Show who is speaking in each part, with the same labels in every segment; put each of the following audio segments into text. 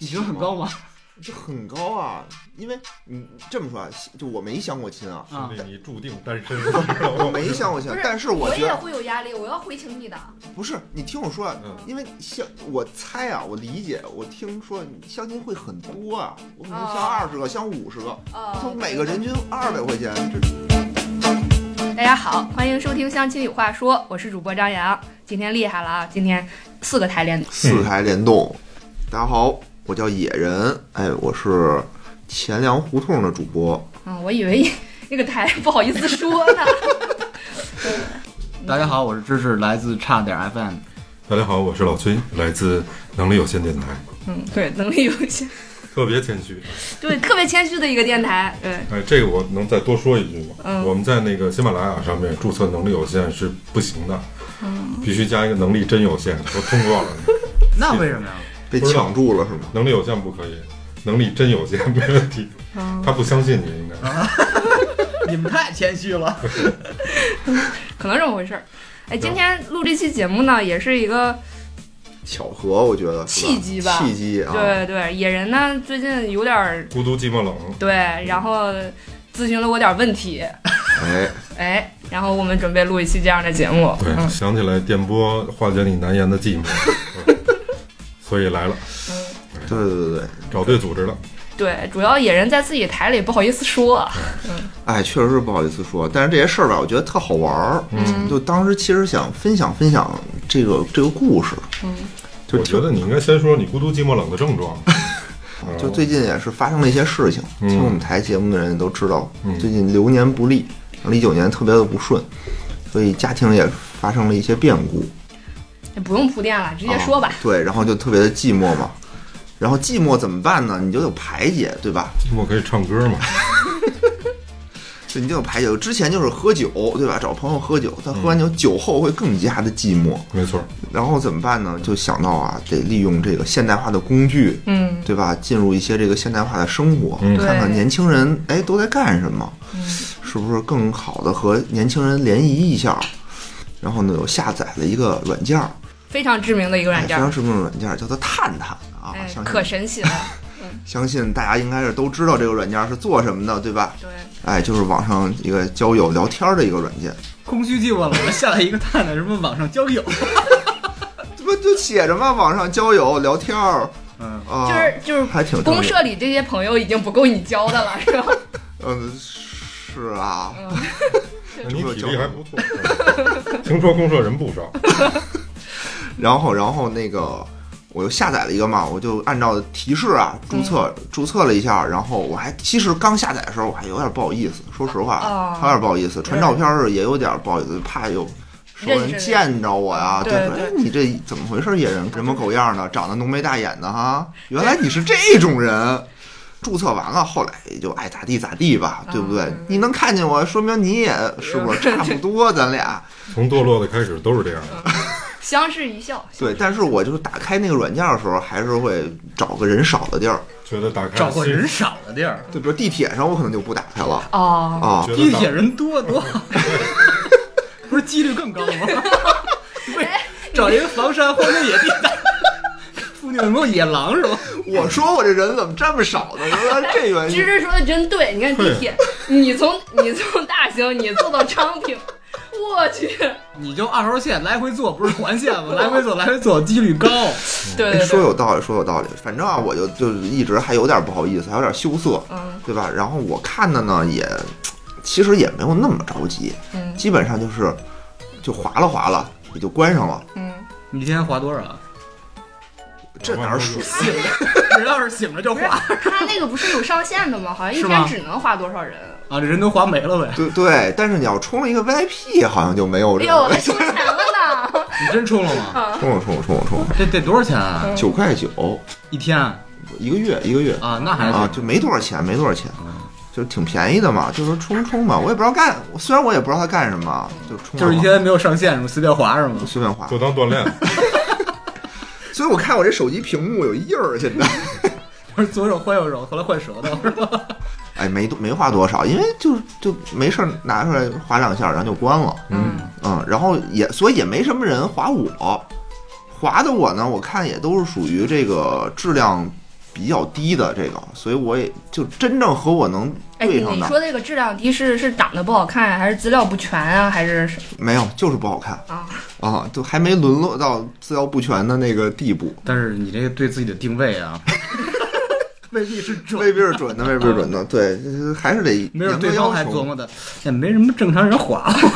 Speaker 1: 你觉得很高吗？
Speaker 2: 这很高啊，因为你这么说啊，就我没相过亲啊，
Speaker 1: 啊
Speaker 3: 兄，弟，你注定单身， 知道吗
Speaker 2: 我没相过亲
Speaker 4: 不是，
Speaker 2: 但是我
Speaker 4: 我
Speaker 2: 觉
Speaker 4: 也
Speaker 2: 得
Speaker 4: 会有压力，我要回请你的。
Speaker 2: 不是，你听我说啊，
Speaker 3: 嗯
Speaker 2: 因为相我猜啊，我理解，我听说相亲会很多啊，我可能相
Speaker 4: 啊
Speaker 2: 二十个，相五十个，
Speaker 4: 呃
Speaker 2: 从，每个人均二百块钱，
Speaker 3: 嗯
Speaker 2: 这
Speaker 4: 大家好，欢迎收听《相亲有话说》，我是主播张扬。今天厉害了啊！今天四个台联，
Speaker 2: 四台联动。大家好，我叫野人，哎，我是钱粮胡同的主播。
Speaker 4: 嗯，我以为那个台不好意思说 呢。
Speaker 1: 大家好，我是芝芝，来自差点 FM。
Speaker 3: 大家好，我是老崔，来自能力有限电台，
Speaker 4: 嗯，对，能力有限，
Speaker 3: 特别谦虚。
Speaker 4: 对，特别谦虚的一个电台。对，
Speaker 3: 哎，这个我能再多说一句吗？
Speaker 4: 嗯
Speaker 3: 我们在那个喜马拉雅上面注册能力有限是不行的，必须加一个能力真有限。我通过了，
Speaker 1: 那为什么呀？
Speaker 2: 被
Speaker 3: 不知道
Speaker 2: 抢注了是吗？
Speaker 3: 能力有限不可以，能力真有限没问题。他不相信你应该。
Speaker 1: 你们太谦虚了。
Speaker 4: 可能这么回事儿。哎，今天录这期节目呢，也是一个
Speaker 2: 巧合，我觉得是
Speaker 4: 契机吧
Speaker 2: 契机啊，
Speaker 4: 对对，野人呢最近有点儿
Speaker 3: 孤独寂寞冷，
Speaker 4: 对，然后咨询了我点儿问题，
Speaker 2: 哎，
Speaker 4: 哎，然后我们准备录一期这样的节目。
Speaker 3: 对，想起来电波化解你难言的寂寞，嗯所以来了，
Speaker 2: 对对对对，
Speaker 3: 找对组织了。
Speaker 4: 对，主要野人在自己台里不好意思说，啊
Speaker 2: 哎，确实是不好意思说，但是这些事儿吧，我觉得特好玩儿。嗯，就当时其实想分享分享这个这个故事。嗯，就
Speaker 3: 我觉
Speaker 2: 挺
Speaker 3: 得你应该先说你孤独寂寞冷的症状。嗯
Speaker 2: 就最近也是发生了一些事情，
Speaker 3: 嗯
Speaker 2: 听我们台节目的人都知道，
Speaker 3: 嗯
Speaker 2: 最近流年不利，一九年特别的不顺，所以家庭也发生了一些变故。
Speaker 4: 也不用铺垫了，直接说吧
Speaker 2: 啊。对，然后就特别的寂寞嘛。然后寂寞怎么办呢？你就得排解，对吧？
Speaker 3: 寂寞可以唱歌嘛？
Speaker 2: 就你就有排解。之前就是喝酒，对吧？找朋友喝酒，但喝完
Speaker 3: 嗯
Speaker 2: 酒酒后会更加的寂寞。
Speaker 3: 没错，
Speaker 2: 然后怎么办呢？就想到啊，得利用这个现代化的工具，
Speaker 4: 嗯，
Speaker 2: 对吧？进入一些这个现代化的生活，
Speaker 3: 嗯
Speaker 2: 看看
Speaker 4: 对嗯
Speaker 2: 年轻人哎都在干什么，是不是更好的和年轻人联谊一下？然后呢，有下载了一个软件儿，
Speaker 4: 非常知名的一个
Speaker 2: 哎
Speaker 4: 软
Speaker 2: 非
Speaker 4: 件，
Speaker 2: 常知名的软件儿叫做探探啊，
Speaker 4: 哎，
Speaker 2: 相
Speaker 4: 可
Speaker 2: 信
Speaker 4: 神奇了。
Speaker 2: 相信大家应该是都知道这个软件儿是做什么的，对吧？
Speaker 4: 对，
Speaker 2: 哎，就是网上一个交友聊天儿的一个软件，
Speaker 1: 空虚寂寞冷，我下了一个探探，什么网上交友。
Speaker 2: 这不就写着吗？网上交友聊天儿
Speaker 1: 嗯，
Speaker 2: 啊，
Speaker 4: 就是就是。
Speaker 2: 还挺正
Speaker 4: 公
Speaker 2: 经
Speaker 4: 社里这些朋友已经不够你交的了，是吧？嗯
Speaker 2: 嗯，是啊，
Speaker 3: 那你体力还不错。听说公社人不少，
Speaker 2: 然后然后那个我又下载了一个嘛，我就按照提示啊
Speaker 4: 嗯
Speaker 2: 注册、注册了一下，然后我还其实刚下载的时候我还有点不好意思，说实话，
Speaker 4: 哦
Speaker 2: 还有点不好意思，传照片儿也有点不好意思，怕有。 熟
Speaker 4: 认识
Speaker 2: 人
Speaker 4: 人
Speaker 2: 见着我呀，
Speaker 4: 对
Speaker 2: 说
Speaker 4: 对
Speaker 2: 哎你这怎么回事？野人人模狗样的，长得浓眉大眼的哈，原来你是这种人。注册完了，后来也就爱咋地咋地吧，对不对？
Speaker 4: 嗯
Speaker 2: 你能看见我，说明你也是不是差不多，咱俩。
Speaker 3: 从堕落的开始都是这样的。
Speaker 4: 相视一笑，
Speaker 2: 对，但是我就是打开那个软件的时候，还是会找个人少的地儿，
Speaker 3: 觉得打开
Speaker 1: 找个
Speaker 3: 新
Speaker 1: 人少的地儿，
Speaker 2: 对，比如地铁上我可能就不打开了
Speaker 4: 哦，
Speaker 2: 啊。
Speaker 3: 觉
Speaker 1: 地
Speaker 3: 得打
Speaker 1: 铁人多多 好，不是几率更高 吗？为找一个房山荒郊野地的， 附近有什么野狼是吧？
Speaker 2: 我说我这人怎么这么少呢？原来这原
Speaker 4: 芝
Speaker 2: 因。
Speaker 4: 芝说的真对，你看地铁，你从你从大兴你坐到昌平，我去，
Speaker 2: 嗯
Speaker 1: 你就二号线来回坐，不是环线 吗？来回坐，来回坐，几率高。
Speaker 4: 对
Speaker 2: 哎
Speaker 4: 对
Speaker 2: 说
Speaker 4: 对，
Speaker 2: 有道理，说有道理。反正啊，我就就是一直还有点不好意思，还有点羞涩，
Speaker 4: 嗯
Speaker 2: 对吧？然后我看的呢，也其实也没有那么着急，
Speaker 4: 嗯
Speaker 2: 基本上就是就划拉划拉，也就关上了。
Speaker 4: 嗯，
Speaker 1: 你今天划多少 啊？
Speaker 2: 这哪儿数？
Speaker 1: 醒着，只要是醒着就
Speaker 4: 不是
Speaker 1: 划
Speaker 4: 他那个不是有上限的吗？好像一
Speaker 1: 是吗
Speaker 4: 天只能画多少人？
Speaker 1: 啊，这人都划没了呗。
Speaker 2: 对对，但是你要充了一个 VIP，好像就没有
Speaker 4: 哎
Speaker 2: 这
Speaker 4: 呦，我
Speaker 2: 个
Speaker 4: 还。收钱了呢，
Speaker 1: 你真充了吗？
Speaker 2: 充了充了充了充了，
Speaker 1: 这得多少钱
Speaker 4: 嗯
Speaker 1: 啊？
Speaker 2: 九块九
Speaker 1: 一天啊？
Speaker 2: 一个月一个月。
Speaker 1: 那还
Speaker 2: 啊，
Speaker 1: 行。
Speaker 2: 就没多少钱，没多少钱，就挺便宜的嘛，就是充充吧，我也不知道干，我虽然我也不知道他干什么，啊就充
Speaker 1: 就是一
Speaker 2: 了
Speaker 1: 天没有上线，什么随便划是吗
Speaker 2: 嘛？随便花。
Speaker 3: 就当锻炼，
Speaker 2: 所以我看我这手机屏幕有印儿，现在
Speaker 1: 不是左手换右手，后来换舌头。
Speaker 2: 哎没多没花多少，因为就是就没事儿拿出来划两下，然后就关了，
Speaker 4: 嗯，
Speaker 2: 嗯，然后也所以也没什么人划我，划的我呢，我看也都是属于这个质量。比较低的这个，所以我也就真正和我能
Speaker 4: 哎，你
Speaker 2: 对上
Speaker 4: 你
Speaker 2: 的、
Speaker 4: 说这个质量低是是长得不好看啊，还是资料不全啊，还是什
Speaker 2: 没有，就是不好看
Speaker 4: 啊？
Speaker 2: 啊，就还没沦落到资料不全的那个地步，
Speaker 1: 但是你这个对自己的定位 啊，未必是准
Speaker 2: 未必是准的，未必 是准的，对，就是还是得
Speaker 1: 没准
Speaker 2: 严格
Speaker 1: 对方
Speaker 2: 要
Speaker 1: 还
Speaker 2: 求
Speaker 1: 琢磨的，也没什么正常人划过。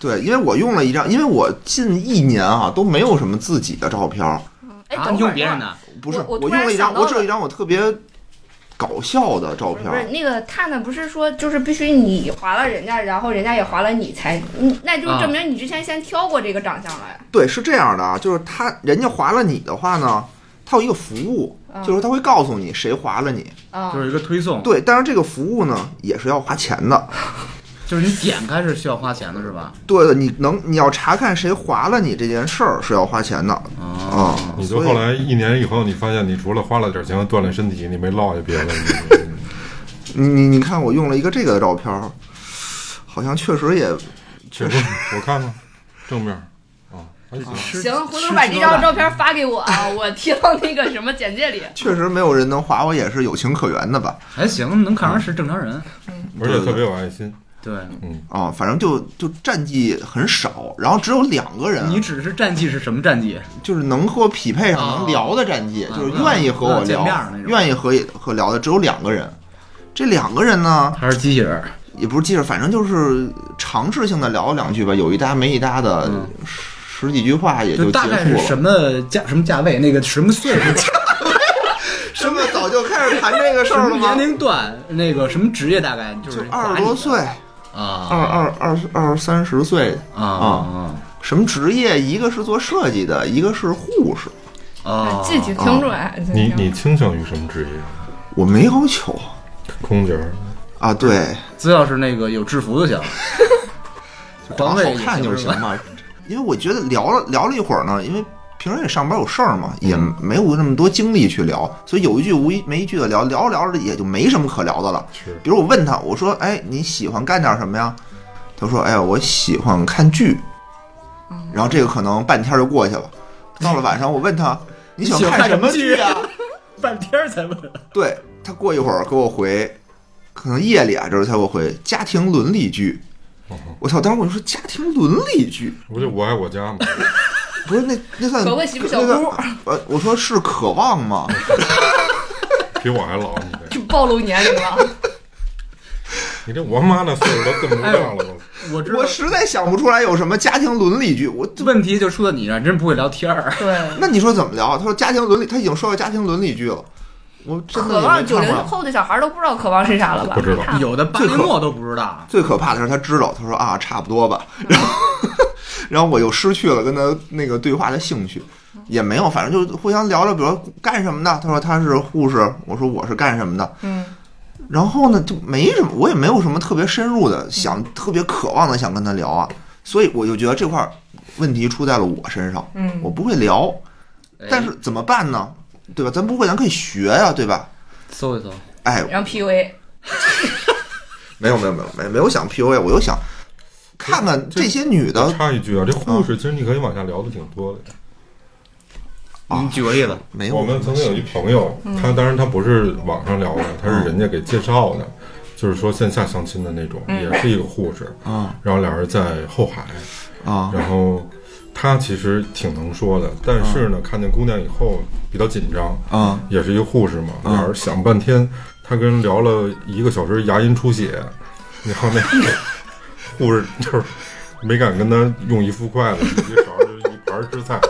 Speaker 2: 对，因为我用了一张，因为我近一年啊都没有什么自己的照片儿，
Speaker 4: 哎，
Speaker 1: 啊，
Speaker 4: 等
Speaker 1: 你
Speaker 4: 会
Speaker 1: 用
Speaker 4: 儿，
Speaker 1: 别人
Speaker 4: 等会儿
Speaker 1: 的，
Speaker 2: 不是，
Speaker 4: 我我
Speaker 2: 我
Speaker 4: 突然
Speaker 2: 用了一
Speaker 4: 想
Speaker 2: 张，
Speaker 4: 到
Speaker 2: 我只有
Speaker 4: 了
Speaker 2: 一张我特别搞笑的照片
Speaker 4: 不是
Speaker 2: 儿，
Speaker 4: 那个探探，不是说就是必须你划了人家，然后人家也划了你才，嗯那就
Speaker 1: 啊
Speaker 4: 证明你之前先挑过这个长相了呀。
Speaker 2: 对，是这样的啊，就是他人家划了你的话呢，他有一个服务，
Speaker 4: 啊
Speaker 2: 就是他会告诉你谁划了你，
Speaker 4: 啊
Speaker 1: 就是一个推送，
Speaker 2: 对，但是这个服务呢也是要花钱的，
Speaker 1: 就是你点开是需要花钱的，是吧？
Speaker 2: 对的，你能你要查看谁划了你这件事儿是要花钱的啊
Speaker 1: 哦，，
Speaker 3: 你就
Speaker 2: 所以
Speaker 3: 后来一年以后，你发现你除了花了点钱锻炼身体，你没落下别的。你
Speaker 2: 你你你看我用了一个这个的照片儿，好像确实也
Speaker 3: 确实，我看看正面啊，还行。
Speaker 4: 行，回头把这张照片发给我啊，我贴到那个什么简介里。
Speaker 2: 确实没有人能划我也是有情可原的吧。
Speaker 1: 还行，能看上是正常人。
Speaker 3: 而且特别有爱心。
Speaker 1: 对
Speaker 2: 啊、反正就就战绩很少，然后只有两个人，
Speaker 1: 你只是战绩是什么战绩？
Speaker 2: 就是能和我匹配上
Speaker 1: 啊
Speaker 2: 能聊的战绩，
Speaker 1: 啊
Speaker 2: 就是愿意和
Speaker 1: 啊
Speaker 2: 我
Speaker 1: 见
Speaker 2: 聊，
Speaker 1: 面儿那种
Speaker 2: 愿意和和聊的只有两个人。这两个人呢，
Speaker 1: 还是机器人儿？
Speaker 2: 也不是记着，反正就是尝试性的聊两句吧，有一搭没一搭的，
Speaker 1: 嗯
Speaker 2: 十十几句话也就结
Speaker 1: 大概
Speaker 2: 束
Speaker 1: 是
Speaker 2: 了。
Speaker 1: 什么价什么价位？那个什么岁数？
Speaker 2: 什么早就开始谈这个事
Speaker 1: 什
Speaker 2: 儿
Speaker 1: 么
Speaker 2: 了
Speaker 1: 年
Speaker 2: 吗？
Speaker 1: 龄段？那个什么职业？大概就
Speaker 2: 就是二十多岁，二
Speaker 1: 啊
Speaker 2: 二二二三十岁，
Speaker 1: 啊啊
Speaker 2: 什么职业？一个是做设计的，一个是护士。哦哎
Speaker 1: 啊！
Speaker 4: 自己听出来。自己
Speaker 3: 你
Speaker 4: 听
Speaker 3: 你倾向于什么职业？
Speaker 2: 我没要求
Speaker 3: 空姐儿。
Speaker 2: 啊，对，
Speaker 1: 只要是那个有制服就 行，
Speaker 2: 长
Speaker 1: 皇
Speaker 2: 得
Speaker 1: 位
Speaker 2: 啊好
Speaker 1: 也
Speaker 2: 看就
Speaker 1: 是
Speaker 2: 行
Speaker 1: 吧
Speaker 2: 嘛。因为我觉得聊了聊了一会儿呢，因为平时也上班有事儿嘛，也没有那么多精力去聊，所以有一句无一没一句的聊，聊着聊着也就没什么可聊的了。
Speaker 3: 是
Speaker 2: 比如我问他，我说：“哎，你喜欢干点什么呀？”他说：“哎呀，我喜欢看剧。”
Speaker 4: 嗯
Speaker 2: 然后这个可能半天就过去了。到了晚上，我问他：“你喜
Speaker 1: 喜
Speaker 2: 欢
Speaker 1: 欢
Speaker 2: 看
Speaker 1: 看什
Speaker 2: 什么
Speaker 1: 么啊
Speaker 2: 剧啊呀、
Speaker 1: 半天儿才问。
Speaker 2: 对他过一会儿给我回，可能夜里啊，这时候才给我回家庭伦理剧。
Speaker 1: 哦
Speaker 2: 我操！当时我就说家庭伦理剧，
Speaker 3: 不就我爱我家吗？
Speaker 2: 不是那那算
Speaker 4: 可恶媳妇小
Speaker 2: 那算
Speaker 4: 姑
Speaker 2: 呃，我说是渴望吗？
Speaker 3: 比我还老，你这
Speaker 4: 就暴露年龄了。
Speaker 3: 你这我妈那岁数都这么大了，
Speaker 1: 我知道
Speaker 2: 我实在想不出来有什么家庭伦理剧。我
Speaker 1: 问题就出在你这儿，真不会聊天儿。
Speaker 4: 对，
Speaker 2: 那你说怎么聊？啊他说家庭伦理，他已经说到家庭伦理剧了。我真的
Speaker 4: 渴望
Speaker 2: 也没
Speaker 4: 九
Speaker 2: 看
Speaker 4: 零
Speaker 2: 过来。
Speaker 4: 后的小孩都不知道渴望是啥了吧？
Speaker 3: 不知道
Speaker 2: 啊
Speaker 4: 看
Speaker 1: 有的八零后都不知道，
Speaker 2: 最可怕的是他知道，他说啊，差不多吧。
Speaker 4: 嗯
Speaker 2: 然后， 然后我又失去了跟他那个对话的兴趣，也没有，反正就互相聊聊，比如说干什么的。他说他是护士，我说我是干什么的。
Speaker 4: 嗯，
Speaker 2: 然后呢，就没什么，我也没有什么特别深入的想，特别渴望的想跟他聊啊，所以我就觉得这块儿问题出在了我身上，
Speaker 4: 嗯
Speaker 2: 我不会聊，
Speaker 1: 哎
Speaker 2: 但是怎么办呢？对吧？咱不会，咱可以学呀、对吧？
Speaker 1: 搜一搜，
Speaker 2: 哎，
Speaker 4: 然后 PUA
Speaker 2: 没有没有没有没有没有想 PUA，我又想看看这些女
Speaker 3: 我
Speaker 2: 的，
Speaker 3: 插一句啊，这护士其实你可以往下聊的挺多的。
Speaker 1: 你举个例子，
Speaker 2: 啊没有
Speaker 3: 我们曾经有一朋友，
Speaker 2: 嗯
Speaker 3: 他当然他不是网上聊的，他
Speaker 2: 哦
Speaker 3: 是人家给介绍的，就是说线下相亲的那种，
Speaker 2: 嗯
Speaker 3: 也是一个护士。
Speaker 2: 啊
Speaker 3: 然后俩人在后海，
Speaker 2: 啊
Speaker 3: 然后他其实挺能说的，但是呢，看见姑娘以后比较紧张，
Speaker 2: 啊
Speaker 3: 也是一个护士嘛，俩人想半天，他跟人聊了一个小时，牙龈出血，然后那个护士就是没敢跟他用一副筷子，一勺就一盘吃菜，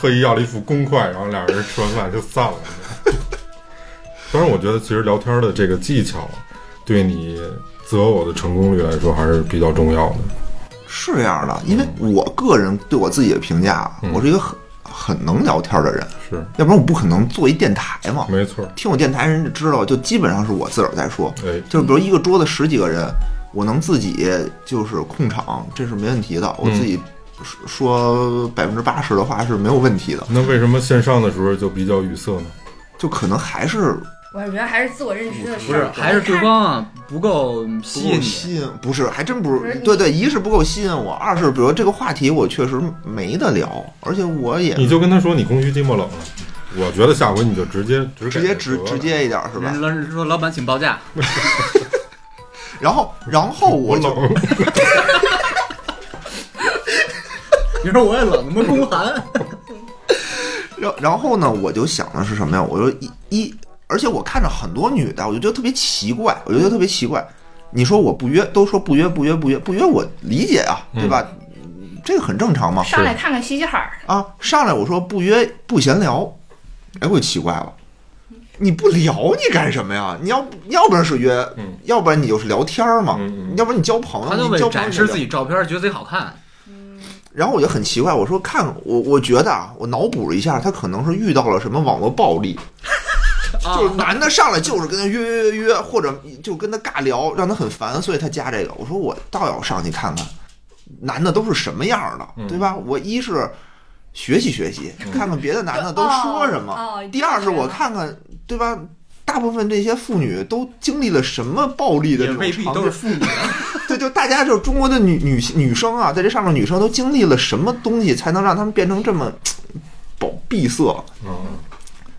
Speaker 3: 特意要了一副公筷，然后俩人吃完饭就散了。当然，我觉得其实聊天的这个技巧，对你择偶的成功率来说还是比较重要的。
Speaker 2: 是这样的，因为
Speaker 3: 嗯
Speaker 2: 我个人对我自己的评价啊，我是一个很很能聊天的人，
Speaker 3: 是，
Speaker 2: 要不然我不可能做一电台嘛。
Speaker 3: 没错儿。
Speaker 2: 听我电台人就知道，就基本上是我自个儿在说，
Speaker 3: 哎，
Speaker 2: 就是比如一个桌子十几个人，我能自己就是控场，这是没问题的，我
Speaker 3: 嗯
Speaker 2: 自己说说百分之八十的话是没有问题的，
Speaker 3: 那为什么线上的时候就比较语塞呢？
Speaker 2: 就可能还是
Speaker 4: 我觉得还是自我认知的事
Speaker 1: 不是
Speaker 4: 儿，
Speaker 1: 还是对方啊不够吸
Speaker 2: 不够
Speaker 1: 引你。
Speaker 2: 吸引，不是，还真不
Speaker 4: 不
Speaker 2: 是
Speaker 4: 是，
Speaker 2: 对对，一是不够吸引我，二是比如这个话题我确实没得聊，而且我也
Speaker 3: 你就跟他说你空虚寂寞冷了，我觉得下回你就直接直
Speaker 2: 直接直直接一点是吧？
Speaker 1: 人老是说老板请报价，
Speaker 2: 然后然后
Speaker 3: 我
Speaker 2: 我就
Speaker 3: 冷，
Speaker 1: 你说我也冷，他妈宫寒。
Speaker 2: 然然后呢，我就想的是什么呀？我就一一，而且我看着很多女的，我就觉得特别奇怪，我就觉得特别奇怪。你说我不约，都说不约不约不约不约，我理解啊，对吧？这个很正常嘛。
Speaker 4: 上来看看齐齐哈尔，
Speaker 2: 啊，上来我说不约不闲聊，哎，我就奇怪了，你不聊你干什么呀？你要不要不然是约，
Speaker 3: 嗯
Speaker 2: 要不然你就是聊天儿嘛，
Speaker 3: 嗯嗯
Speaker 2: 要不然你交朋
Speaker 1: 他
Speaker 2: 友，
Speaker 1: 就
Speaker 2: 你
Speaker 1: 为
Speaker 2: 交朋友
Speaker 1: 展
Speaker 2: 你
Speaker 1: 示
Speaker 2: 聊
Speaker 1: 自己照片，觉得自己好看。啊
Speaker 2: 然后我就很奇怪，我说看我，我觉得啊，我脑补了一下，他可能是遇到了什么网络暴力，
Speaker 1: 啊
Speaker 2: 就是男的上来就是跟他约约约约，或者就跟他尬聊，让他很烦，所以他加这个。我说我倒要上去看看，男的都是什么样的，
Speaker 3: 嗯
Speaker 2: 对吧？我一是学习学习，
Speaker 1: 嗯
Speaker 2: 看看别的男的都说什么；
Speaker 4: 哦哦
Speaker 2: 第二是我看看，对吧？大部分这些妇女都经历了什么暴力的
Speaker 1: 也
Speaker 2: 这种
Speaker 1: 未必
Speaker 2: 场
Speaker 1: 都
Speaker 2: 景
Speaker 1: 是？妇女，
Speaker 2: 对，就大家就是中国的女女女生啊，在这上面女生都经历了什么东西，才能让她们变成这么保闭塞？
Speaker 3: 嗯，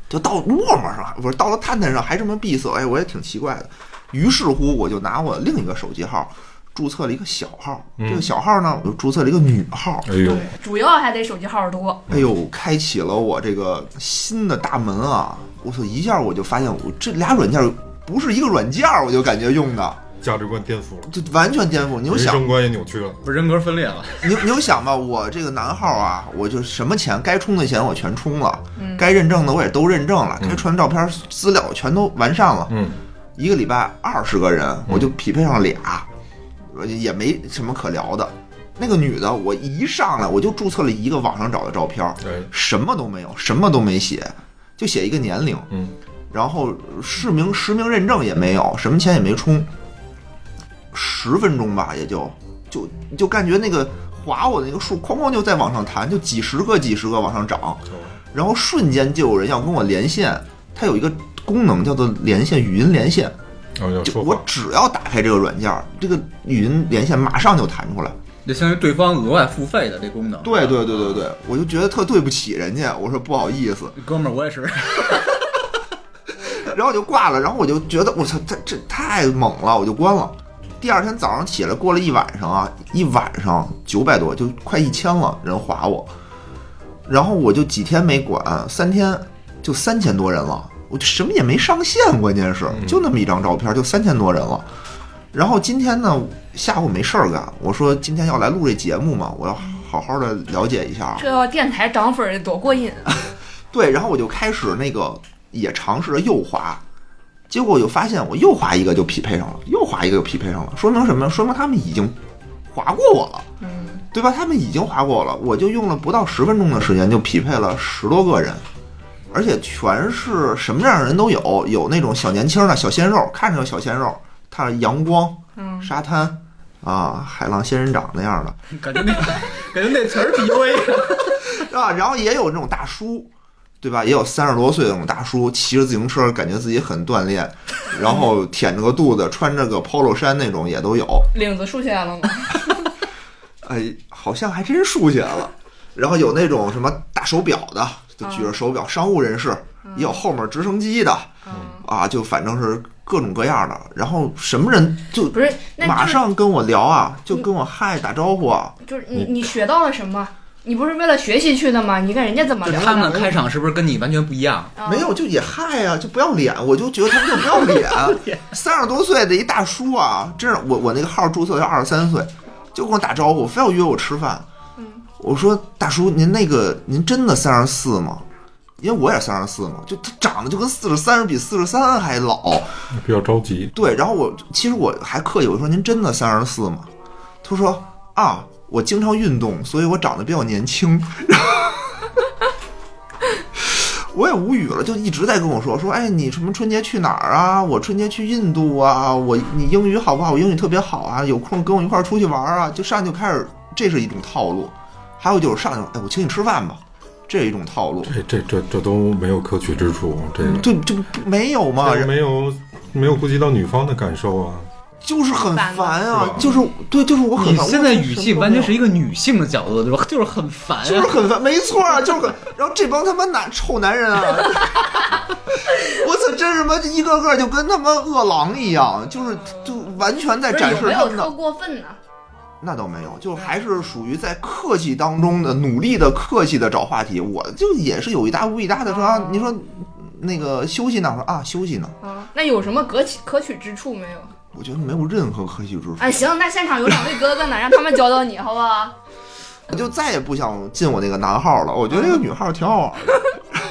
Speaker 2: 就到陌陌上，不是到了探探上还这么闭塞？哎，我也挺奇怪的。于是乎，我就拿我另一个手机号注册了一个小号，
Speaker 3: 嗯
Speaker 2: 这个小号呢，我就注册了一个女号。
Speaker 3: 哎呦，
Speaker 4: 主要还得手机号多。
Speaker 2: 哎呦，开启了我这个新的大门啊！我操，一下我就发现我这俩软件不是一个软件，我就感觉用的
Speaker 3: 价值观颠覆了，
Speaker 2: 就完全颠覆。你就
Speaker 3: 人
Speaker 2: 想，
Speaker 3: 生观也扭曲了。
Speaker 1: 不是人格分裂了。
Speaker 2: 你你就想吧，我这个男号啊，我就什么钱该充的钱我全充了，
Speaker 4: 嗯
Speaker 2: 该认证的我也都认证了，
Speaker 3: 嗯
Speaker 2: 该传照片资料全都完善了。
Speaker 3: 嗯，
Speaker 2: 一个礼拜二十个人，我就匹配上俩，呃也没什么可聊的。那个女的，我一上来我就注册了一个网上找的照片，
Speaker 3: 哎，
Speaker 2: 什么都没有，什么都没写，就写一个年龄，
Speaker 3: 嗯，
Speaker 2: 然后实名实名认证也没有，什么钱也没充，十分钟吧，也就就就感觉那个划我的那个数哐哐就在往上弹，就几十个几十个往上涨，
Speaker 3: 啊
Speaker 2: 然后瞬间就有人要跟我连线，它有一个功能叫做连线语音连线，
Speaker 3: 然后哦要
Speaker 2: 就
Speaker 3: 说
Speaker 2: 我
Speaker 3: 话，
Speaker 2: 只要打开这个软件儿，这个语音连线马上就弹出来。
Speaker 1: 就相当于对方额外付费的这功能。
Speaker 2: 对对对对对，我就觉得特对不起人家，我说不好意思，
Speaker 1: 哥们儿，我也是，
Speaker 2: 然后我就挂了，然后我就觉得我操，这这太猛了，我就关了。第二天早上起来，过了一晚上啊，一晚上九百多，就快一千了，人划我，然后我就几天没管，三天就三千多人了，我就什么也没上线，关键是就那么一张照片，就三千多人了。然后今天呢，下午没事儿干，我说今天要来录这节目嘛，我要好好的了解一下啊。
Speaker 4: 这要电台涨粉儿多过瘾啊！
Speaker 2: 对，然后我就开始那个也尝试着右滑，结果我就发现我右滑一个就匹配上了，右滑一个就匹配上了，说明什么呀？说明他们已经划过我了，
Speaker 4: 嗯，
Speaker 2: 对吧？他们已经划过我了，我就用了不到十分钟的时间就匹配了十多个人。而且全是什么样的人都有，有那种小年轻的小鲜肉，看着有小鲜肉，他是阳光、
Speaker 4: 嗯
Speaker 2: 沙滩啊、海浪仙人掌那样的，
Speaker 1: 感觉那感觉那词儿 PUA
Speaker 2: 啊，然后也有那种大叔，对吧？也有三十多岁的那种大叔，骑着自行车，感觉自己很锻炼，然后舔着个肚子，穿着个 polo 衫那种也都有。
Speaker 4: 领子竖起来了 吗？
Speaker 2: 哎，好像还真竖起来了。然后有那种什么大手表的，就举着手表，商务人士，也有后面直升机的，
Speaker 4: 嗯，
Speaker 2: 啊，就反正是各种各样的。然后什么人就
Speaker 4: 不是，那
Speaker 2: 马
Speaker 4: 就是
Speaker 2: 上跟我聊啊，就跟我嗨打招呼啊。
Speaker 4: 就是你你学到了什么？你不是为了学习去的吗？你跟人家怎么
Speaker 1: 就
Speaker 4: 聊
Speaker 1: 他们
Speaker 4: 的？
Speaker 1: 开场是不是跟你完全不一样？
Speaker 4: 啊
Speaker 2: 没有，就也嗨呀、就不要脸，我就觉得他们就 不要脸。三十多岁的一大叔啊，真是我我那个号注册要二十三岁，就跟我打招呼，非要约我吃饭。
Speaker 4: 嗯
Speaker 2: 我说大叔，您那个您真的三十四吗？因为我也三十四嘛，就他长得就跟四十三比四十三还老。
Speaker 3: 比较着急，
Speaker 2: 对，然后我其实我还客气，我说您真的三十四吗？他说啊，我经常运动，所以我长得比较年轻。 我也无语了，就一直在跟我说说，哎，你什么春节去哪儿啊？我春节去印度啊，我你英语好不好？我英语特别好啊，有空跟我一块儿出去玩啊。就上去就开始，这是一种套路。还有就是上去，哎，我请你吃饭吧，这是一种套路。
Speaker 3: 哎这这这这都没有可取之
Speaker 2: 嗯
Speaker 3: 处，这个
Speaker 2: 对，这不没有嘛？
Speaker 3: 这个没有没有顾及到女方的感受啊。
Speaker 2: 就是很
Speaker 4: 烦
Speaker 2: 烦
Speaker 3: 是
Speaker 2: 啊
Speaker 3: 吧，
Speaker 2: 就是对，就是我很
Speaker 1: 你
Speaker 2: 烦。
Speaker 1: 现在语气完全是
Speaker 2: 一。
Speaker 1: 一个女性的角度，对吧？就是很烦
Speaker 2: 就
Speaker 1: 啊
Speaker 2: 是，很烦，没错啊，就是很。然后这帮他妈男臭男人啊， 我操，真是妈一个个就跟他妈饿狼一样，就是就完全在
Speaker 4: 不是
Speaker 2: 展
Speaker 4: 有
Speaker 2: 示
Speaker 4: 没
Speaker 2: 他
Speaker 4: 有
Speaker 2: 们
Speaker 4: 特
Speaker 2: 的。
Speaker 4: 过分呢？
Speaker 2: 那倒没有，就还是属于在客气当中的努力的客气的找话题。我就也是有一搭无一搭的说啊
Speaker 4: 哦，
Speaker 2: 你说那个休息呢？我说啊，休息呢。
Speaker 4: 啊，那有什么可取可取之处没有？
Speaker 2: 我觉得没有任何可取之处。
Speaker 4: 哎，行，那现场有两位哥哥呢， 让他们教教你，好不好？
Speaker 2: 我就再也不想进我那个男号了。我觉得这个女号挺好玩的。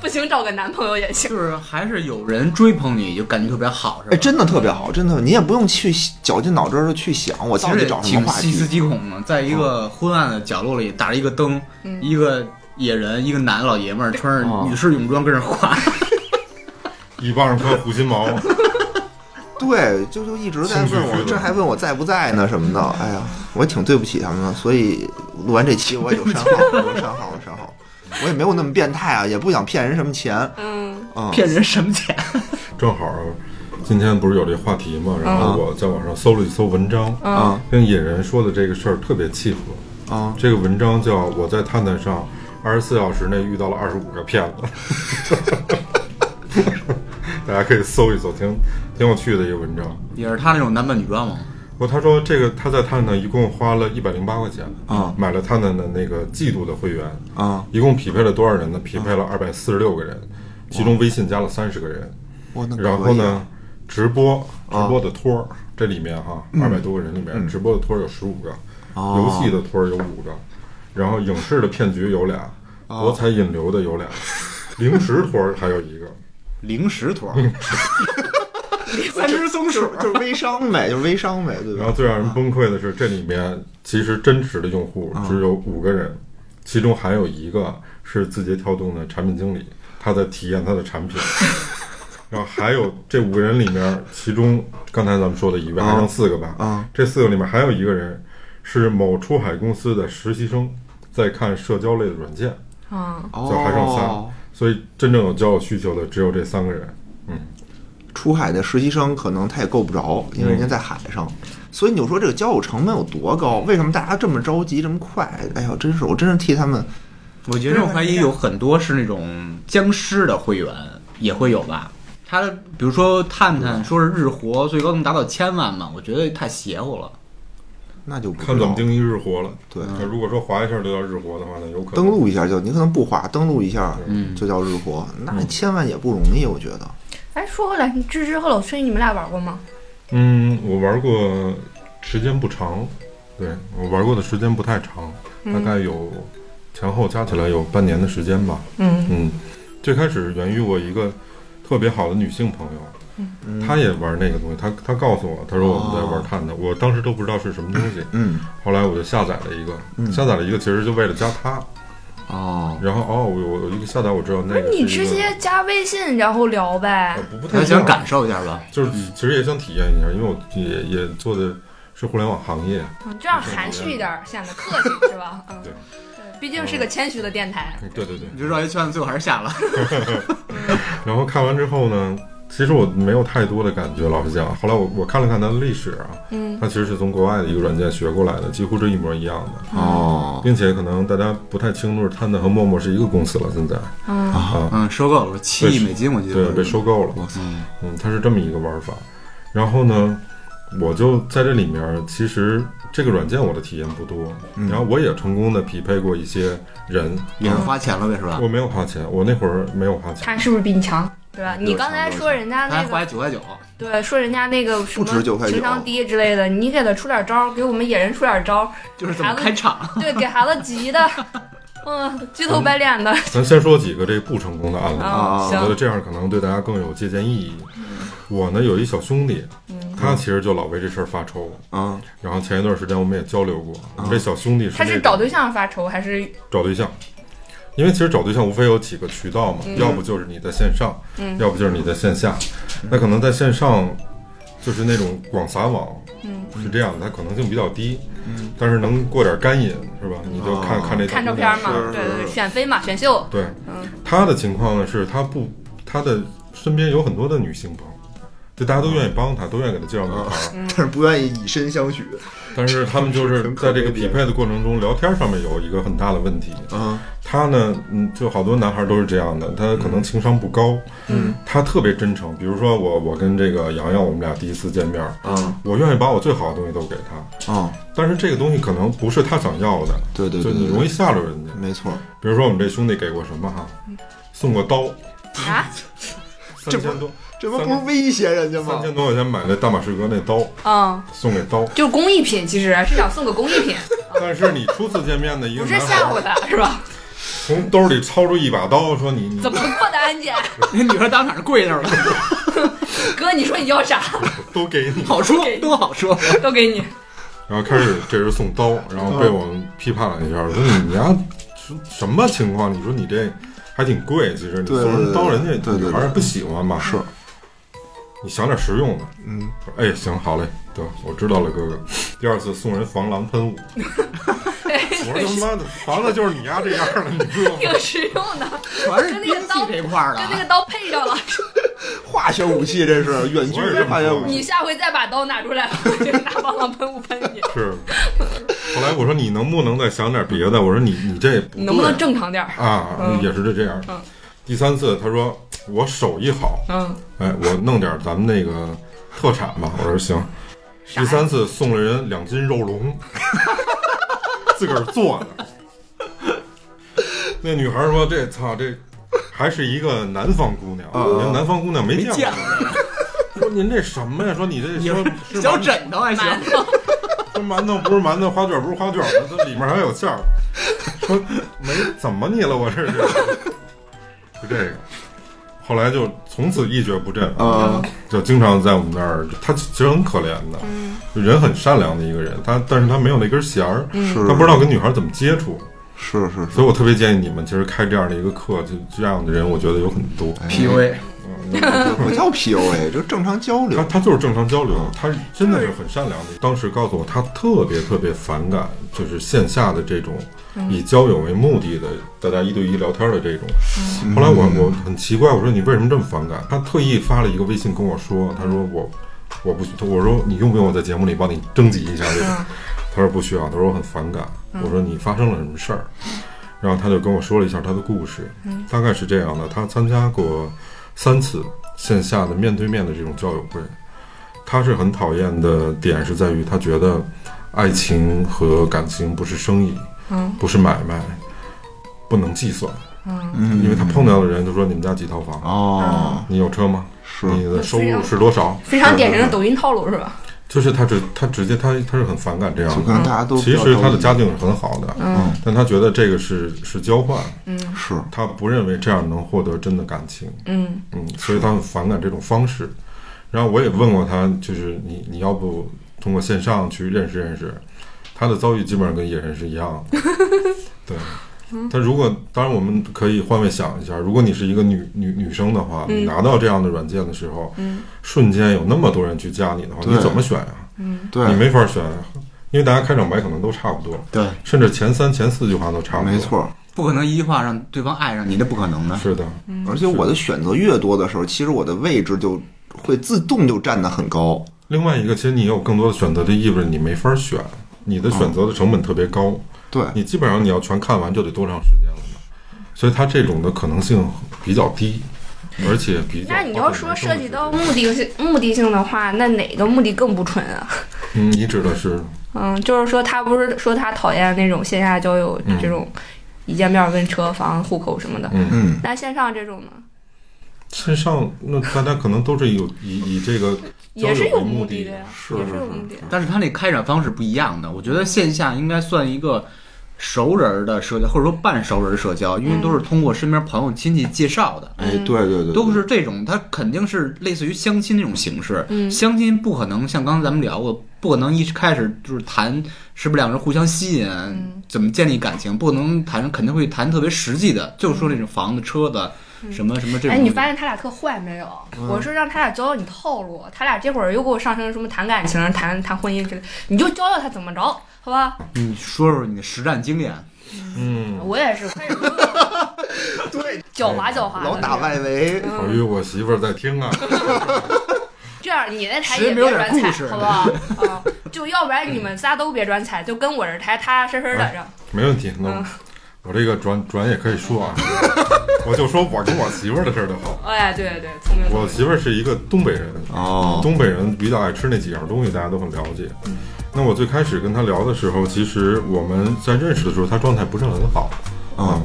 Speaker 4: 不行，找个男朋友也行。
Speaker 1: 就是还是有人追捧你，就感觉特别好，是吧？
Speaker 2: 哎，真的特别好，真的，你也不用去绞尽脑汁的去想我
Speaker 1: 其
Speaker 2: 到
Speaker 1: 实
Speaker 2: 底
Speaker 1: 也
Speaker 2: 找什
Speaker 1: 挺
Speaker 2: 么话
Speaker 1: 细思极
Speaker 2: 题。
Speaker 1: 恐的，在一个昏暗的角落里打着一个灯，
Speaker 4: 嗯
Speaker 1: 一个野人，一个男老爷们儿穿着
Speaker 2: 哦
Speaker 1: 女士泳装跟人画，
Speaker 3: 一巴掌拍虎心毛，啊
Speaker 2: 对，就就一直在
Speaker 3: 兴
Speaker 2: 问
Speaker 3: 趣
Speaker 2: 我
Speaker 3: 缺，
Speaker 2: 这
Speaker 3: 乏
Speaker 2: 还问我在不在呢什么的。哎呀，我也挺对不起他们的，所以录完这期我也就删号，我就删号，我就删号。我也没有那么变态啊，也不想骗人什么钱。
Speaker 4: 嗯，
Speaker 2: 嗯，
Speaker 1: 骗人什么钱？
Speaker 3: 正好今天不是有这话题嘛，然后
Speaker 2: 嗯
Speaker 3: 我在网上搜了一搜文章，
Speaker 2: 啊
Speaker 3: 跟野人说的这个事儿特别契合。
Speaker 2: 啊！
Speaker 3: 这个文章叫《我在探探上二十四小时内遇到了二十五个骗子》， 大家可以搜一搜，挺挺有趣的一个文章。
Speaker 1: 也是他那种男扮女装嘛。
Speaker 3: 不过他说这个他在探探一共花了一百零八块钱
Speaker 2: 啊
Speaker 3: 买了探探的那个季度的会员
Speaker 2: 啊，
Speaker 3: 一共匹配了多少人呢？匹配了二百四十六个人，其中微信加了三十个人，
Speaker 2: 我那可以
Speaker 3: 然后呢，直播直
Speaker 2: 啊嗯
Speaker 3: 播的托儿，这里面哈二百多个人里面，直播的托儿有十五个，游
Speaker 2: 哦
Speaker 3: 戏的托儿有五个，然后影视的骗局有俩，
Speaker 2: 哦
Speaker 3: 博彩引流的 有俩，零食托儿还有一个。
Speaker 1: 零食托，三只松鼠，
Speaker 2: 就是微商呗，就是微商呗，对
Speaker 3: 然后
Speaker 2: 吧？
Speaker 3: 最让人崩溃的是，这里面其实真实的用户
Speaker 2: 嗯
Speaker 3: 只有五个人，其中还有一个是字节跳动的产品经理，他在体验他的 产品。然后还有这五个人里面，其中刚才咱们说的
Speaker 2: 哦
Speaker 3: 一位，还剩四个吧。
Speaker 2: 啊
Speaker 3: 这四个里面还有一个人是某出海公司的实习生，在看社交类的软件，
Speaker 4: 啊，
Speaker 3: 就还剩三。
Speaker 2: 哦，
Speaker 3: 所以真正有交友需求的只有这三个人。
Speaker 2: 出海的实习生可能他也够不着，因
Speaker 3: 嗯
Speaker 2: 为人家在海上，所以你就说这个交友成本有多高？为什么大家这么着急，这么快？哎呀，真是我真是替他们
Speaker 1: 我觉得我怀疑有很多是那种僵尸的会员也会有吧。他比如说探探说是日活最高能达到千万嘛，我觉得太邪乎了。
Speaker 2: 那就不
Speaker 3: 看
Speaker 2: 知
Speaker 3: 怎么
Speaker 2: 道
Speaker 3: 定义日活了。
Speaker 2: 对
Speaker 3: 那如果说划一下就叫日活的话，那有可能
Speaker 2: 登录一下就，你可能不花，登录一下
Speaker 1: 嗯
Speaker 2: 就叫日活，那千万也不容易，我觉得。
Speaker 4: 哎，说回来，芝芝和老崔，你们俩玩过吗？
Speaker 3: 嗯，我玩过，时间不长，对我玩过的时间不太长，大概有前后加起来有半年的时间吧。
Speaker 4: 嗯
Speaker 3: 嗯，最开始源于我一个特别好的女性朋友，她也玩那个东西，她她告诉我，她说我们在玩探的，我当时都不知道是什么东西，
Speaker 2: 嗯，
Speaker 3: 后来我就下载了一个，下载了一个其实就为了加她，
Speaker 2: 哦，
Speaker 3: 然后哦，我我我一个下载我知道那
Speaker 4: 不
Speaker 3: 个
Speaker 4: 是你
Speaker 3: 是一
Speaker 4: 直
Speaker 3: 个
Speaker 4: 接加微信然后聊呗
Speaker 3: 呃。不不太
Speaker 1: 他想
Speaker 3: 像
Speaker 1: 感受一下吧。
Speaker 3: 就是其实也想体验一下，因为我也也做的是互联网行业，
Speaker 4: 嗯这样含蓄一点，显得客气是吧？嗯，
Speaker 3: 对
Speaker 4: 对，毕竟是个谦虚的电台。
Speaker 3: 嗯对对对。
Speaker 1: 你就绕一圈，最后还是下了。
Speaker 3: 然后看完之后呢，其实我没有太多的感觉，老实讲。后来我我看了看它的历史啊，
Speaker 4: 嗯，
Speaker 3: 它其实是从国外的一个软件学过来的，几乎是一模一样的，
Speaker 2: 哦，
Speaker 3: 并且可能大家不太清楚，探探和陌陌是一个公司了，现在
Speaker 4: 嗯，
Speaker 3: 啊，
Speaker 1: 嗯，收购了七亿美金，我记
Speaker 3: 对，
Speaker 1: 得
Speaker 3: 被收购了，
Speaker 2: 我操，
Speaker 3: 嗯，它是这么一个玩法。然后呢，我就在这里面，其实这个软件我的体验不多，然后我也成功的匹配过一些人，
Speaker 1: 也是花钱了呗，是吧
Speaker 3: 我？没有花钱，我那会儿没有花钱，
Speaker 4: 他是不是比你强？对吧？
Speaker 2: 比我
Speaker 4: 你刚才
Speaker 2: 强
Speaker 4: 说人家
Speaker 1: 他
Speaker 4: 那
Speaker 1: 还
Speaker 4: 个
Speaker 1: 花，九块九，
Speaker 4: 对，说人家那个什
Speaker 2: 不止
Speaker 4: 么
Speaker 2: 9.9
Speaker 4: 情商低之类的，你给他出点招儿，给我们野人出点招 儿，
Speaker 1: 就是怎么开场？
Speaker 4: 对，给孩子急 的，嗯，鸡头白脸的
Speaker 3: 咱先说几个这不成功的案例。
Speaker 4: 啊，
Speaker 2: 啊
Speaker 3: 我觉得
Speaker 4: 行，
Speaker 3: 这样可能对大家更有借鉴意义。我呢有一小兄弟，
Speaker 4: 嗯
Speaker 3: 他其实就老为这事儿发愁。
Speaker 2: 嗯，
Speaker 3: 然后前一段时间我们也交流过，我这小兄弟是
Speaker 4: 他
Speaker 3: 那
Speaker 4: 是
Speaker 3: 种
Speaker 4: 找对象发愁还是
Speaker 3: 找对象，因为其实找对象无非有几个渠道嘛，
Speaker 4: 嗯
Speaker 3: 要不就是你在线上，要不就是你在线下。那可能在线上就是那种广撒网，
Speaker 4: 嗯
Speaker 3: 是这样的，它可能性比较低，但是能过点干瘾是吧？你就看看这小
Speaker 4: 看照
Speaker 3: 姑
Speaker 4: 片
Speaker 3: 娘
Speaker 4: 嘛
Speaker 3: 是？
Speaker 4: 对对对，选妃嘛，选秀，
Speaker 3: 对，他的情况呢是他不，他的身边有很多的女性朋友，就大家都愿意帮他，都愿意给他介绍女孩儿，
Speaker 4: 嗯
Speaker 2: 但是不愿意以身相许。
Speaker 3: 但是他 们就是在这个匹配的过程中，聊天上面有一个很大的问题。
Speaker 2: 嗯，
Speaker 3: 他呢，嗯，就好多男孩都是这样的，他可能情商不高，嗯，他特别真诚。比如说我，我跟这个洋洋，我们俩第一次见面，
Speaker 2: 嗯，
Speaker 3: 我愿意把我最好的东西都给他，
Speaker 2: 嗯，
Speaker 3: 但是这个东西可能不是他想要的，
Speaker 2: 对对
Speaker 3: 就
Speaker 2: 对
Speaker 3: 你
Speaker 2: 对
Speaker 3: 容易
Speaker 2: 对，
Speaker 3: 吓着人家。
Speaker 2: 没错。
Speaker 3: 比如说我们这兄弟给过什么哈，送过刀，
Speaker 4: 啊
Speaker 3: 三千多，
Speaker 2: 这不不是威胁人家
Speaker 3: 三
Speaker 2: 吗？
Speaker 3: 千多块钱买的大马士革那刀
Speaker 4: 嗯，
Speaker 3: 送给刀，
Speaker 4: 就是工艺品，其实是想送个工艺品，
Speaker 3: 但是你初次见面的一个
Speaker 4: 不是
Speaker 3: 男
Speaker 4: 吓
Speaker 3: 孩
Speaker 4: 唬，他是吧？
Speaker 3: 从兜里掏出一把刀，说你你
Speaker 4: 怎么过的安检？
Speaker 1: 那 女孩当场就跪 那儿了，
Speaker 4: 哥，你说你要啥
Speaker 3: 都给 你，
Speaker 1: 好说都好说。
Speaker 4: 都给 你。
Speaker 3: 然后开始这人送刀，然后被我们批判了一下，说嗯你家什什么情况？你说你这还挺贵，其实你
Speaker 2: 对
Speaker 3: 送人刀，人家
Speaker 2: 对对
Speaker 3: 女
Speaker 2: 对
Speaker 3: 孩儿不喜欢嘛。
Speaker 2: 是，
Speaker 3: 你想点实用的。
Speaker 2: 嗯，
Speaker 3: 说哎，行，好嘞，得，我知道了，哥哥。第二次送人防狼喷 雾，我说他妈的，防的就是你丫这样的，你知道吗？
Speaker 4: 挺实用的，
Speaker 1: 全是兵器这块儿的
Speaker 4: 跟，那个刀配上了。
Speaker 2: 化学武器这是远距
Speaker 3: 我也这
Speaker 2: 离
Speaker 3: 么
Speaker 2: 化学
Speaker 3: 说
Speaker 2: 武器。
Speaker 4: 你下回再把刀拿出来，我就拿棒棒喷雾喷你。
Speaker 3: 是。 后来我说你能不能再想点别的？我说你你这不
Speaker 4: 你能不能
Speaker 3: 对
Speaker 4: 正常点儿？
Speaker 3: 啊？
Speaker 4: 嗯
Speaker 3: 也是这这样。
Speaker 4: 嗯
Speaker 3: 第三次他说我手艺好，
Speaker 4: 嗯，
Speaker 3: 哎，我弄点咱们那个特产吧。我说行。
Speaker 4: 啥
Speaker 3: 第
Speaker 4: 呀
Speaker 3: 三次送了人两斤肉龙， 自个儿做的。那女孩说：“这操，这还是一个南方姑娘，
Speaker 2: 嗯
Speaker 3: 人南方姑娘没
Speaker 1: 没
Speaker 3: 见
Speaker 1: 见
Speaker 3: 过。说您这什么呀？说你这
Speaker 1: 你
Speaker 3: 说
Speaker 1: 说
Speaker 3: 是
Speaker 1: 小
Speaker 3: 馒
Speaker 1: 枕头还行，
Speaker 4: 馒头
Speaker 3: 说馒头不是馒头，花卷不是花卷的，这里面还有馅儿。说没怎么你了，我这是就这个。后来就从此一蹶不振啊。
Speaker 2: 嗯，
Speaker 3: 就经常在我们那儿，他其实很可怜的，就人很善良的一个人，他但是他没有那根弦儿，
Speaker 2: 是
Speaker 3: 他不知道跟女孩怎么接触，
Speaker 2: 是是是，
Speaker 3: 所以我特别建议你们，其实开这样的一个课，就这样的人，我觉得有很多。
Speaker 2: 哎
Speaker 1: PUA
Speaker 2: 这 不叫 PUA，这正常交
Speaker 3: 他
Speaker 2: 流。
Speaker 3: 他就是正常交流，他真的是很善良的。当时告诉我，他特别特别反感，就是线下的这种
Speaker 2: 嗯
Speaker 3: 以交友为目的的，大家一对一聊天的这种。
Speaker 2: 嗯
Speaker 3: 后来我我很奇怪，我说你为什么这么反感？他特意发了一个微信跟我说，他说我我不，我说你用不用我在节目里帮你征集一下这个？
Speaker 2: 嗯
Speaker 3: 他说不需要，他说我很反感。我说你发生了什么事儿？然后他就跟我说了一下他的故事，
Speaker 2: 嗯
Speaker 3: 大概是这样的：他参加过三次线下的面对面的这种交友会，他是很讨厌的点是在于他觉得爱情和感情不是生意，
Speaker 4: 嗯
Speaker 3: 不是买卖，不能计算，
Speaker 2: 嗯
Speaker 3: 因为他碰到的人都说你们家几套房，
Speaker 2: 哦，
Speaker 3: 你有车吗？
Speaker 2: 是
Speaker 1: 嗯
Speaker 3: 你的收入是多少？
Speaker 4: 非常典型的抖音套路是吧？
Speaker 3: 就是他直他直接他他是很反感这
Speaker 2: 就
Speaker 3: 样
Speaker 2: 可
Speaker 3: 的。
Speaker 2: 能大家都
Speaker 3: 其
Speaker 2: 比较
Speaker 3: 实他
Speaker 2: 着
Speaker 3: 的
Speaker 2: 急
Speaker 3: 家境是很好的，
Speaker 4: 嗯
Speaker 3: 但他觉得这个是是交换，
Speaker 4: 嗯
Speaker 2: 是
Speaker 3: 他不认为这样能获得真的感情，
Speaker 4: 嗯
Speaker 3: 嗯，所以他很反感这种方式。然后我也问过他，就是你你要不通过线上去认识认识，他的遭遇基本上跟野人是一样的。对，他如果当然我们可以换位想一下，如果你是一个女女女生的话，你拿到这样的软件的时候，瞬间有那么多人去加你的话，你
Speaker 2: 对
Speaker 3: 怎么选呀、
Speaker 2: 对
Speaker 3: 你没法选，啊因为大家开场白可能都差不多，
Speaker 1: 对，
Speaker 3: 甚至前三前四句话都差不多。
Speaker 2: 没，错。
Speaker 1: 不可能一句话让对方爱上你，这不可能的。
Speaker 3: 是的，
Speaker 2: 而且我的选择越多的时候，其实我的位置就会自动就站得很高。
Speaker 3: 另外一个，其实你有更多的选择，这意味着你没法选，你的选择的成本特别高，
Speaker 2: 对，
Speaker 3: 你基本上你要全看完就得多长时间了嘛，所以它这种的可能性比较低，而且比较。
Speaker 4: 那你要说涉及到目的性目的性的话，那哪个目的更不纯啊？
Speaker 3: 嗯，你指的是
Speaker 4: 嗯，就是说他不是说他讨厌那种线下交友
Speaker 3: 嗯
Speaker 4: 这种一见面问车房、户口什么的，
Speaker 3: 嗯，
Speaker 2: 嗯，
Speaker 4: 那线上这种呢，
Speaker 3: 线上那大家可能都是有以以这个
Speaker 4: 也是
Speaker 3: 交友
Speaker 4: 有
Speaker 3: 为目
Speaker 4: 目
Speaker 3: 的
Speaker 4: 的的呀，
Speaker 2: 是
Speaker 4: 也
Speaker 2: 是
Speaker 4: 有
Speaker 2: 是
Speaker 4: 目的的。
Speaker 1: 但是他那开展方式不一样的，我觉得线下应该算一个熟人儿的社交，或者说半熟人儿社交，因为都是通过身边朋友亲戚介绍的。
Speaker 2: 哎，对对对，
Speaker 1: 都是这种，它肯定是类似于相亲那种形式。
Speaker 4: 嗯
Speaker 1: 相亲不可能像刚才咱们聊过，不可能一开始就是谈是不是两个人互相吸引，怎么建立感情，不能谈，肯定会谈特别实际的，就是说那种房子、车子，什么什么这种。嗯
Speaker 4: 哎，你发现他俩特坏没有？我是让他俩教教你套路，他俩这会儿又给我上升什么谈感情、谈谈婚姻之类，你就教教他怎么着，好吧？
Speaker 1: 你嗯说说你的实战经验，
Speaker 3: 嗯。
Speaker 4: 我也是开始
Speaker 2: 对，
Speaker 4: 狡猾狡猾的，
Speaker 2: 老打外围，
Speaker 3: 考虑我媳妇儿在听啊，
Speaker 4: 这样你那台
Speaker 1: 谁
Speaker 4: 也
Speaker 1: 没有
Speaker 4: 别
Speaker 1: 点故
Speaker 4: 转彩，
Speaker 1: 事
Speaker 4: 好不好？啊，就要不然你们仨都别转彩，就跟我这台踏踏实实的
Speaker 3: 哎
Speaker 4: 让。
Speaker 3: 没问题，那我,、
Speaker 4: 嗯
Speaker 3: 我这个转转也可以说啊， 我就说我跟我媳妇儿的事儿就好。
Speaker 4: 哎，对对，聪明聪
Speaker 3: 我
Speaker 4: 明。
Speaker 3: 媳妇儿是一个东北人，
Speaker 2: 哦，
Speaker 3: 东北人比较爱吃那几样东西，大家都很了解。
Speaker 2: 嗯
Speaker 3: 那我最开始跟她聊的时候，其实我们在认识的时候，她状态不是很好啊、
Speaker 2: 嗯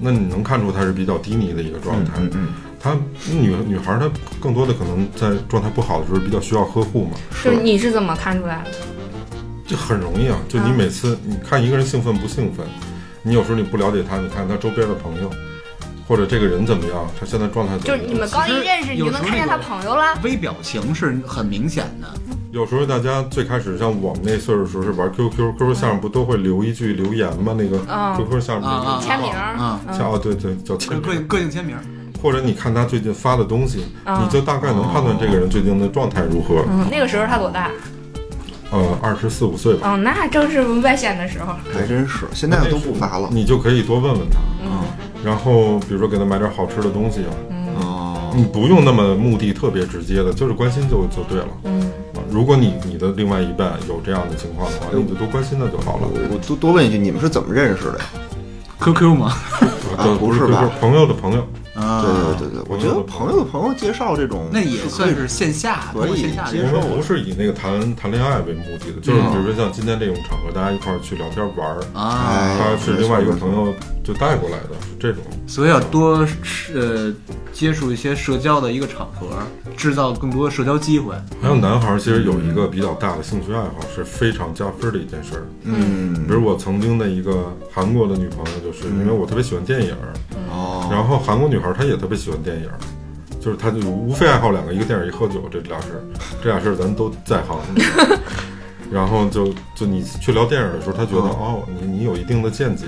Speaker 3: 那你能看出她是比较低迷的一个状态。
Speaker 2: 嗯嗯，
Speaker 3: 她女女孩儿她更多的可能在状态不好的时候比较需要呵护嘛，
Speaker 4: 就是你是怎么看出来的？
Speaker 3: 这很容易啊。就你
Speaker 4: 啊
Speaker 3: 每次你看一个人兴奋不兴奋，你有时候你不了解他，你看他周边的朋友，或者这个人怎么样，他现在状态怎
Speaker 4: 就
Speaker 3: 么
Speaker 4: 是
Speaker 3: 样。
Speaker 4: 你们刚一认识，你就能看见他朋友啦。
Speaker 1: 微表情是很明显的，
Speaker 3: 有时候大家最开始像我们那岁数的时候是玩 QQ，QQ 下面不都会留一句留言吗？那个
Speaker 4: 嗯
Speaker 3: QQ 下面那
Speaker 1: 啊
Speaker 3: 个
Speaker 1: 啊
Speaker 4: 签名儿，
Speaker 1: 啊，
Speaker 4: 嗯
Speaker 3: 像哦对对叫签
Speaker 1: 个
Speaker 3: 名，
Speaker 1: 个个性签名，
Speaker 3: 或者你看他最近发的东西，
Speaker 4: 嗯
Speaker 3: 你就大概能判断这个人最近的状态如何。
Speaker 4: 嗯，那个时候他多大？
Speaker 3: 呃，二十四五岁吧，
Speaker 4: 嗯，那正是外显的时候。
Speaker 2: 还真是，现在都不发了。
Speaker 3: 你就可以多问问他，啊
Speaker 4: 嗯
Speaker 3: 然后比如说给他买点好吃的东西啊，
Speaker 4: 嗯
Speaker 2: 哦，
Speaker 3: 你不用那么目的特别直接的，就是关心就就对了。
Speaker 4: 嗯，
Speaker 3: 啊如果你你的另外一半有这样的情况的话，你就多关心他就好了。
Speaker 2: 我多多问一句，你们是怎么认识的呀？
Speaker 1: QQ 吗？
Speaker 3: 啊就
Speaker 2: 不
Speaker 3: 是
Speaker 2: 是吧
Speaker 3: 就是朋友的朋友，
Speaker 1: 啊，
Speaker 3: 嗯
Speaker 2: 对对对对，我觉得朋友的朋友介绍这种，
Speaker 1: 那也
Speaker 2: 可以
Speaker 1: 算是线下，
Speaker 2: 可以
Speaker 1: 通过线下
Speaker 2: 接
Speaker 1: 认
Speaker 3: 我
Speaker 1: 识
Speaker 2: 受
Speaker 3: 们不是以那个谈谈恋爱为目的的，就是
Speaker 1: 嗯
Speaker 3: 比如说像今天这种场合，大家一块儿去聊天玩儿，
Speaker 1: 啊，
Speaker 2: 哎
Speaker 3: 他是另外一个朋友就带过来的，是这种。
Speaker 1: 所以要多呃接触一些社交的一个场合，制造更多的社交机会。
Speaker 3: 还有男孩儿其实有一个比较大的兴趣爱好是非常加分的一件事儿，比
Speaker 2: 嗯，
Speaker 3: 如我曾经的一个韩国的女朋友，就是因为我特别喜欢电影儿，
Speaker 2: 哦，
Speaker 3: 然后韩国女孩她也特别喜欢电影，就是她就无非爱好两个，一个电影，一喝酒，这俩事儿，这俩事儿咱都在行。 然后就就你去聊电影的时候，她觉得
Speaker 2: 嗯
Speaker 3: 哦，你你有一定的见解，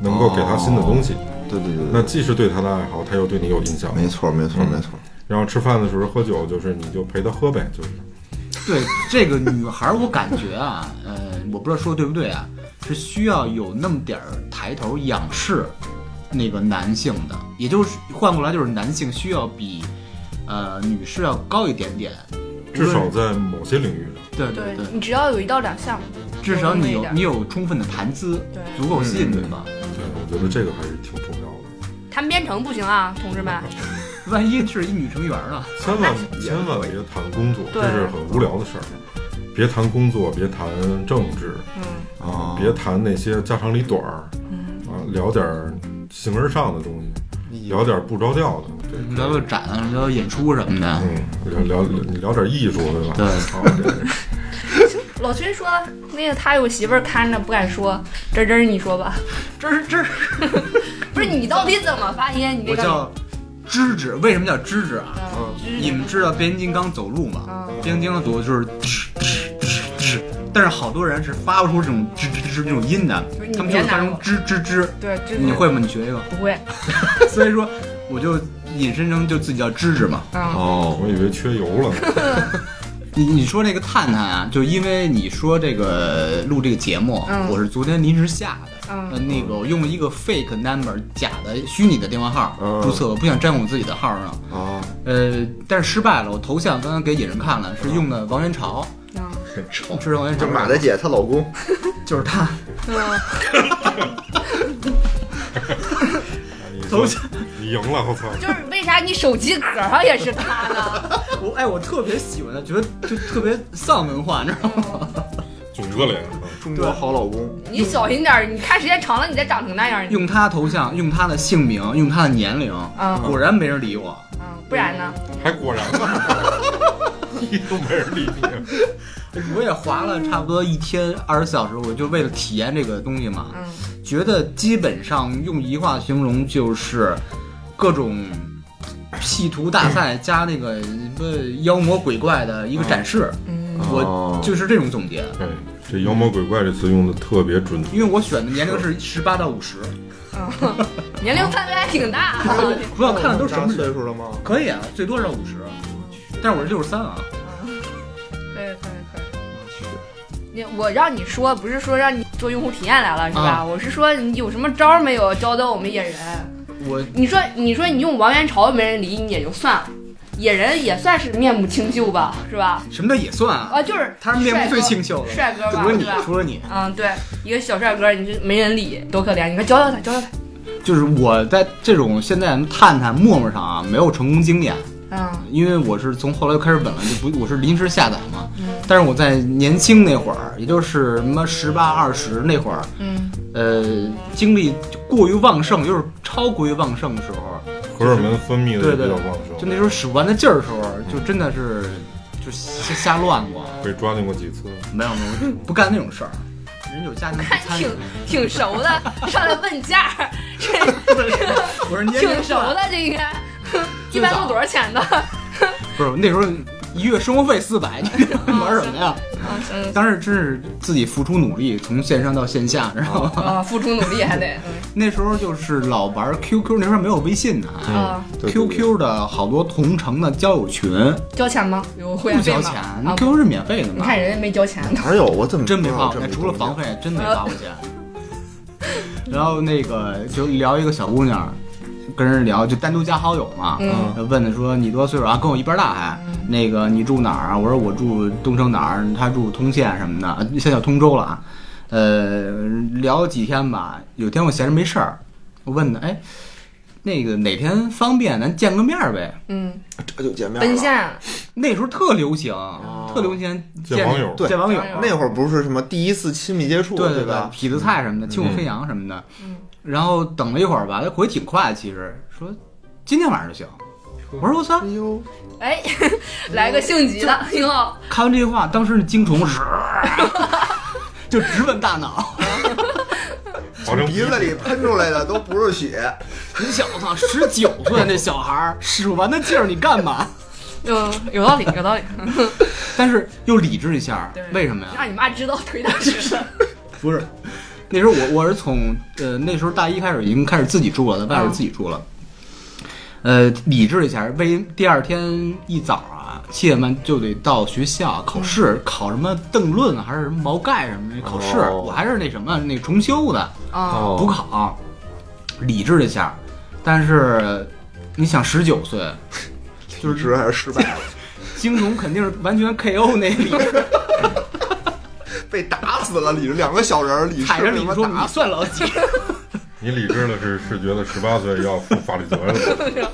Speaker 3: 能够给她新的东西，
Speaker 2: 对对对
Speaker 3: 那
Speaker 2: 哦对，
Speaker 3: 既是对她的爱好，她又对你有印象。
Speaker 2: 没错没
Speaker 3: 嗯
Speaker 2: 错没错，
Speaker 3: 然后吃饭的时候喝酒，就是你就陪她喝呗，就是
Speaker 1: 对 这个女孩儿，我感觉啊，呃，我不知道说对不对啊，是需要有那么点儿抬头仰视那个男性的，也就是换过来就是男性需要比呃女士要高一点点，
Speaker 3: 至少在某些领域上。
Speaker 1: 对对
Speaker 4: 对
Speaker 1: 对，
Speaker 4: 你只要有一到两项，
Speaker 1: 至少你
Speaker 4: 有那么一点
Speaker 1: 有
Speaker 4: 儿
Speaker 1: 你有充分的谈资
Speaker 4: 对，
Speaker 1: 足够吸引对方。
Speaker 3: 对，我觉得这个还是挺重要的，
Speaker 4: 谈编程不行啊，同志们。
Speaker 1: 万一是一女成员呢？
Speaker 3: 千万千万别谈工作，这
Speaker 4: 对
Speaker 3: 是很无聊的事儿。别谈工作，别谈政治，
Speaker 4: 嗯
Speaker 2: 哦，
Speaker 3: 别谈那些家长里短儿，
Speaker 4: 嗯，
Speaker 3: 啊，聊点儿形而上的东西，聊点儿不着调的，对，
Speaker 1: 聊聊展啊，聊聊演出什么的。
Speaker 3: 嗯，聊聊聊点艺术，对吧？
Speaker 1: 对
Speaker 3: 好这
Speaker 4: 老崔说那个他有媳妇儿看着不敢说，真真你说吧，
Speaker 1: 这是这是
Speaker 4: 不是你到底怎么发音？你
Speaker 1: 嗯
Speaker 4: 这
Speaker 1: 我
Speaker 4: 个
Speaker 1: 叫芝芝，为什么叫芝芝啊？
Speaker 4: 嗯就是
Speaker 1: 你们知道变形金刚走路吗？
Speaker 4: 嗯
Speaker 1: 变形金刚走路就是吱吱吱吱，但是好多人是发不出这种吱吱吱这种音的
Speaker 4: 不是，你
Speaker 1: 他们就
Speaker 4: 别
Speaker 1: 是发
Speaker 4: 拿
Speaker 1: 成
Speaker 4: 我
Speaker 1: 吱吱吱。
Speaker 4: 对，这个
Speaker 1: 你会吗？你学一 个。
Speaker 4: 不会？
Speaker 1: 所以说，我就引申成就自己叫芝芝嘛。
Speaker 4: 嗯
Speaker 2: 哦，
Speaker 3: 我以为缺油了 呢。
Speaker 1: 你你说这个探探啊，就因为你说这个录这个节目，
Speaker 4: 嗯
Speaker 1: 我是昨天临时下的。
Speaker 4: 嗯
Speaker 1: 呃，那个我用了一个 fake number 假的虚拟的电话号、
Speaker 2: 嗯
Speaker 1: 注册，我不想占我自己的号上，
Speaker 3: 嗯
Speaker 2: 哦，
Speaker 1: 呃，但是失败了。我头像刚刚给野人看了，是用的王元朝，
Speaker 4: 嗯
Speaker 1: 知道王元
Speaker 2: 这
Speaker 1: 朝
Speaker 2: 马大姐她老公，
Speaker 1: 就是他，
Speaker 4: 嗯，
Speaker 3: 你
Speaker 1: 头像
Speaker 3: 你赢了，我操！
Speaker 4: 就是为啥你手机壳上也是他呢？
Speaker 1: 我哎，我特别喜欢他，觉得就特别丧文化，你知道吗？
Speaker 3: 种子脸，
Speaker 2: 中国好老公，
Speaker 4: 你小心点儿，你看时间长了你再长成那样儿，你
Speaker 1: 用他头像，用他的姓名，用他的年龄，
Speaker 4: 嗯
Speaker 1: 果然没人理我。
Speaker 4: 嗯，不然呢？
Speaker 3: 还果然呢， 一都没人理你。
Speaker 1: 我也划了差不多一天二十四小时，我就为了体验这个东西嘛，
Speaker 4: 嗯
Speaker 1: 觉得基本上用一句话形容就是各种。P 图大赛加那个什么妖魔鬼怪的一个展示，
Speaker 4: 嗯
Speaker 1: 我就是这种总结。
Speaker 3: 哎，这妖魔鬼怪这词用的特别准确。
Speaker 1: 因为我选的年龄是十八到五十，
Speaker 4: 嗯，年龄范围还挺大啊。
Speaker 1: 不要看的都是什么人
Speaker 2: 岁？数了吗？
Speaker 1: 可以啊，最多是五十，但是我是六十三啊。
Speaker 4: 可以可以可以。你我让你说，不是说让你做用户体验来了是吧？
Speaker 1: 啊
Speaker 4: 我是说你有什么招儿没有教到我们野人？
Speaker 1: 我
Speaker 4: 你说你说你用王元朝没人理你也就算了，野人也算是面目清秀吧，是吧？
Speaker 1: 什么叫也算
Speaker 4: 啊，
Speaker 1: 啊？
Speaker 4: 就是
Speaker 1: 他是面目最清秀的，
Speaker 4: 帅哥吧，
Speaker 1: 除了
Speaker 4: 对
Speaker 1: 你，
Speaker 4: 吧？
Speaker 1: 除了你，
Speaker 4: 嗯，对，一个小帅哥，你就没人理，多可怜！你快教教他，教教他。
Speaker 1: 就是我在这种现在探探、陌陌上啊，没有成功经验，
Speaker 4: 嗯
Speaker 1: 因为我是从后来开始稳了，就不我是临时下载嘛。
Speaker 4: 嗯
Speaker 1: 但是我在年轻那会儿，也就是什么十八二十那会儿，
Speaker 4: 嗯，
Speaker 1: 呃，精力过于旺盛，就是超过于旺盛的时候，
Speaker 3: 荷尔蒙分泌的
Speaker 1: 对
Speaker 3: 也比
Speaker 1: 对
Speaker 3: 较旺
Speaker 1: 就
Speaker 3: 盛，
Speaker 1: 那时候使不完的劲儿的时候，就真的是就瞎瞎乱过，
Speaker 3: 被抓进过几次。
Speaker 1: 没有没有，我就不干那种事儿。人有家庭
Speaker 4: 看
Speaker 1: 不参与
Speaker 4: 挺，挺熟的，上来问价儿，这
Speaker 1: 我说年
Speaker 4: 挺
Speaker 1: 龄
Speaker 4: 熟
Speaker 1: 段
Speaker 4: 的，这应该。一
Speaker 1: 最
Speaker 4: 般
Speaker 1: 早
Speaker 4: 都多少钱的？
Speaker 1: 不是那时候一月生活费四百，你玩什么呀？
Speaker 4: 嗯嗯
Speaker 1: 当时真是自己付出努力，从线上到线下，然后
Speaker 2: 哦
Speaker 4: 啊，付出努力还得 嗯
Speaker 1: 那时候就是老玩 QQ，那时候没有微信呢。
Speaker 4: 嗯啊，
Speaker 2: 对对对
Speaker 1: QQ 的好多同城的交友群
Speaker 4: 交钱吗？有会
Speaker 1: 哦不
Speaker 4: 员费
Speaker 1: 交
Speaker 4: 吗？
Speaker 1: 钱
Speaker 4: 啊，
Speaker 1: ，QQ 是免费的
Speaker 4: 你
Speaker 1: 嘛？
Speaker 4: 看人家没交钱呢。
Speaker 2: 哪有我怎么
Speaker 1: 嗯真没
Speaker 2: 花
Speaker 1: 花过钱，除了房费真没花过 钱。然后那个就聊一个小姑娘，跟人聊就单独加好友嘛，呃
Speaker 4: 嗯
Speaker 1: 问她说你多大岁数啊？跟我一边大还。那个你住哪儿啊？我说我住东城哪儿，她住通县什么的，啊现在叫通州了啊。呃，聊了几天吧，有天我闲着没事儿，我问她，哎，那个哪天方便咱见个面儿呗？
Speaker 4: 嗯，
Speaker 2: 这就见面
Speaker 4: 奔
Speaker 2: 了。
Speaker 4: 现
Speaker 1: 那时候特流行，特流行
Speaker 3: 见网友
Speaker 1: 哦见网友
Speaker 4: 对
Speaker 2: 那会儿不是什么第一次亲密接触，
Speaker 1: 对对
Speaker 2: 吧？
Speaker 1: 痞子蔡什么的，轻舞飞扬什么的。
Speaker 4: 嗯
Speaker 1: 然后等了一会儿吧，他回挺快，其实说今天晚上就行。我说我操
Speaker 2: 哎！呦，
Speaker 4: 哎， 来个性急的，挺好。
Speaker 1: 看完这句话，当时那精虫 是，就直奔大脑。
Speaker 3: 保证
Speaker 2: 鼻子里喷出来的都不是血，
Speaker 1: 你小子十九岁那小孩儿使完的劲儿，你干嘛？
Speaker 4: 嗯，有道理，有道理。
Speaker 1: 但是又理智一下
Speaker 4: 对，
Speaker 1: 为什么呀？
Speaker 4: 让你妈知道腿打直 了。
Speaker 1: 不是，那时候我我是从呃那时候大一开始已经开始自己住了，在
Speaker 2: 嗯
Speaker 1: 外边自己住了。呃，理智一下，为第二天一早啊，七点半就得到学校
Speaker 2: 嗯
Speaker 1: 考试，考什么邓论啊还是什么毛概什么的考试，
Speaker 2: 哦
Speaker 1: 我还是那什么那重修的
Speaker 4: 啊，
Speaker 1: 补考，理智一下。但是你想，十九岁，就
Speaker 2: 就是
Speaker 1: 是
Speaker 2: 还是失败了，
Speaker 1: 金童肯定是完全 KO 那 理智，
Speaker 2: 被打死了。李志两个小人儿，李志
Speaker 1: 踩着理智
Speaker 2: 被
Speaker 1: 说
Speaker 2: 他妈
Speaker 1: 你
Speaker 2: 打死。
Speaker 1: 算老几？
Speaker 3: 你理智的是是觉得十八岁要负法律责任，
Speaker 1: 哦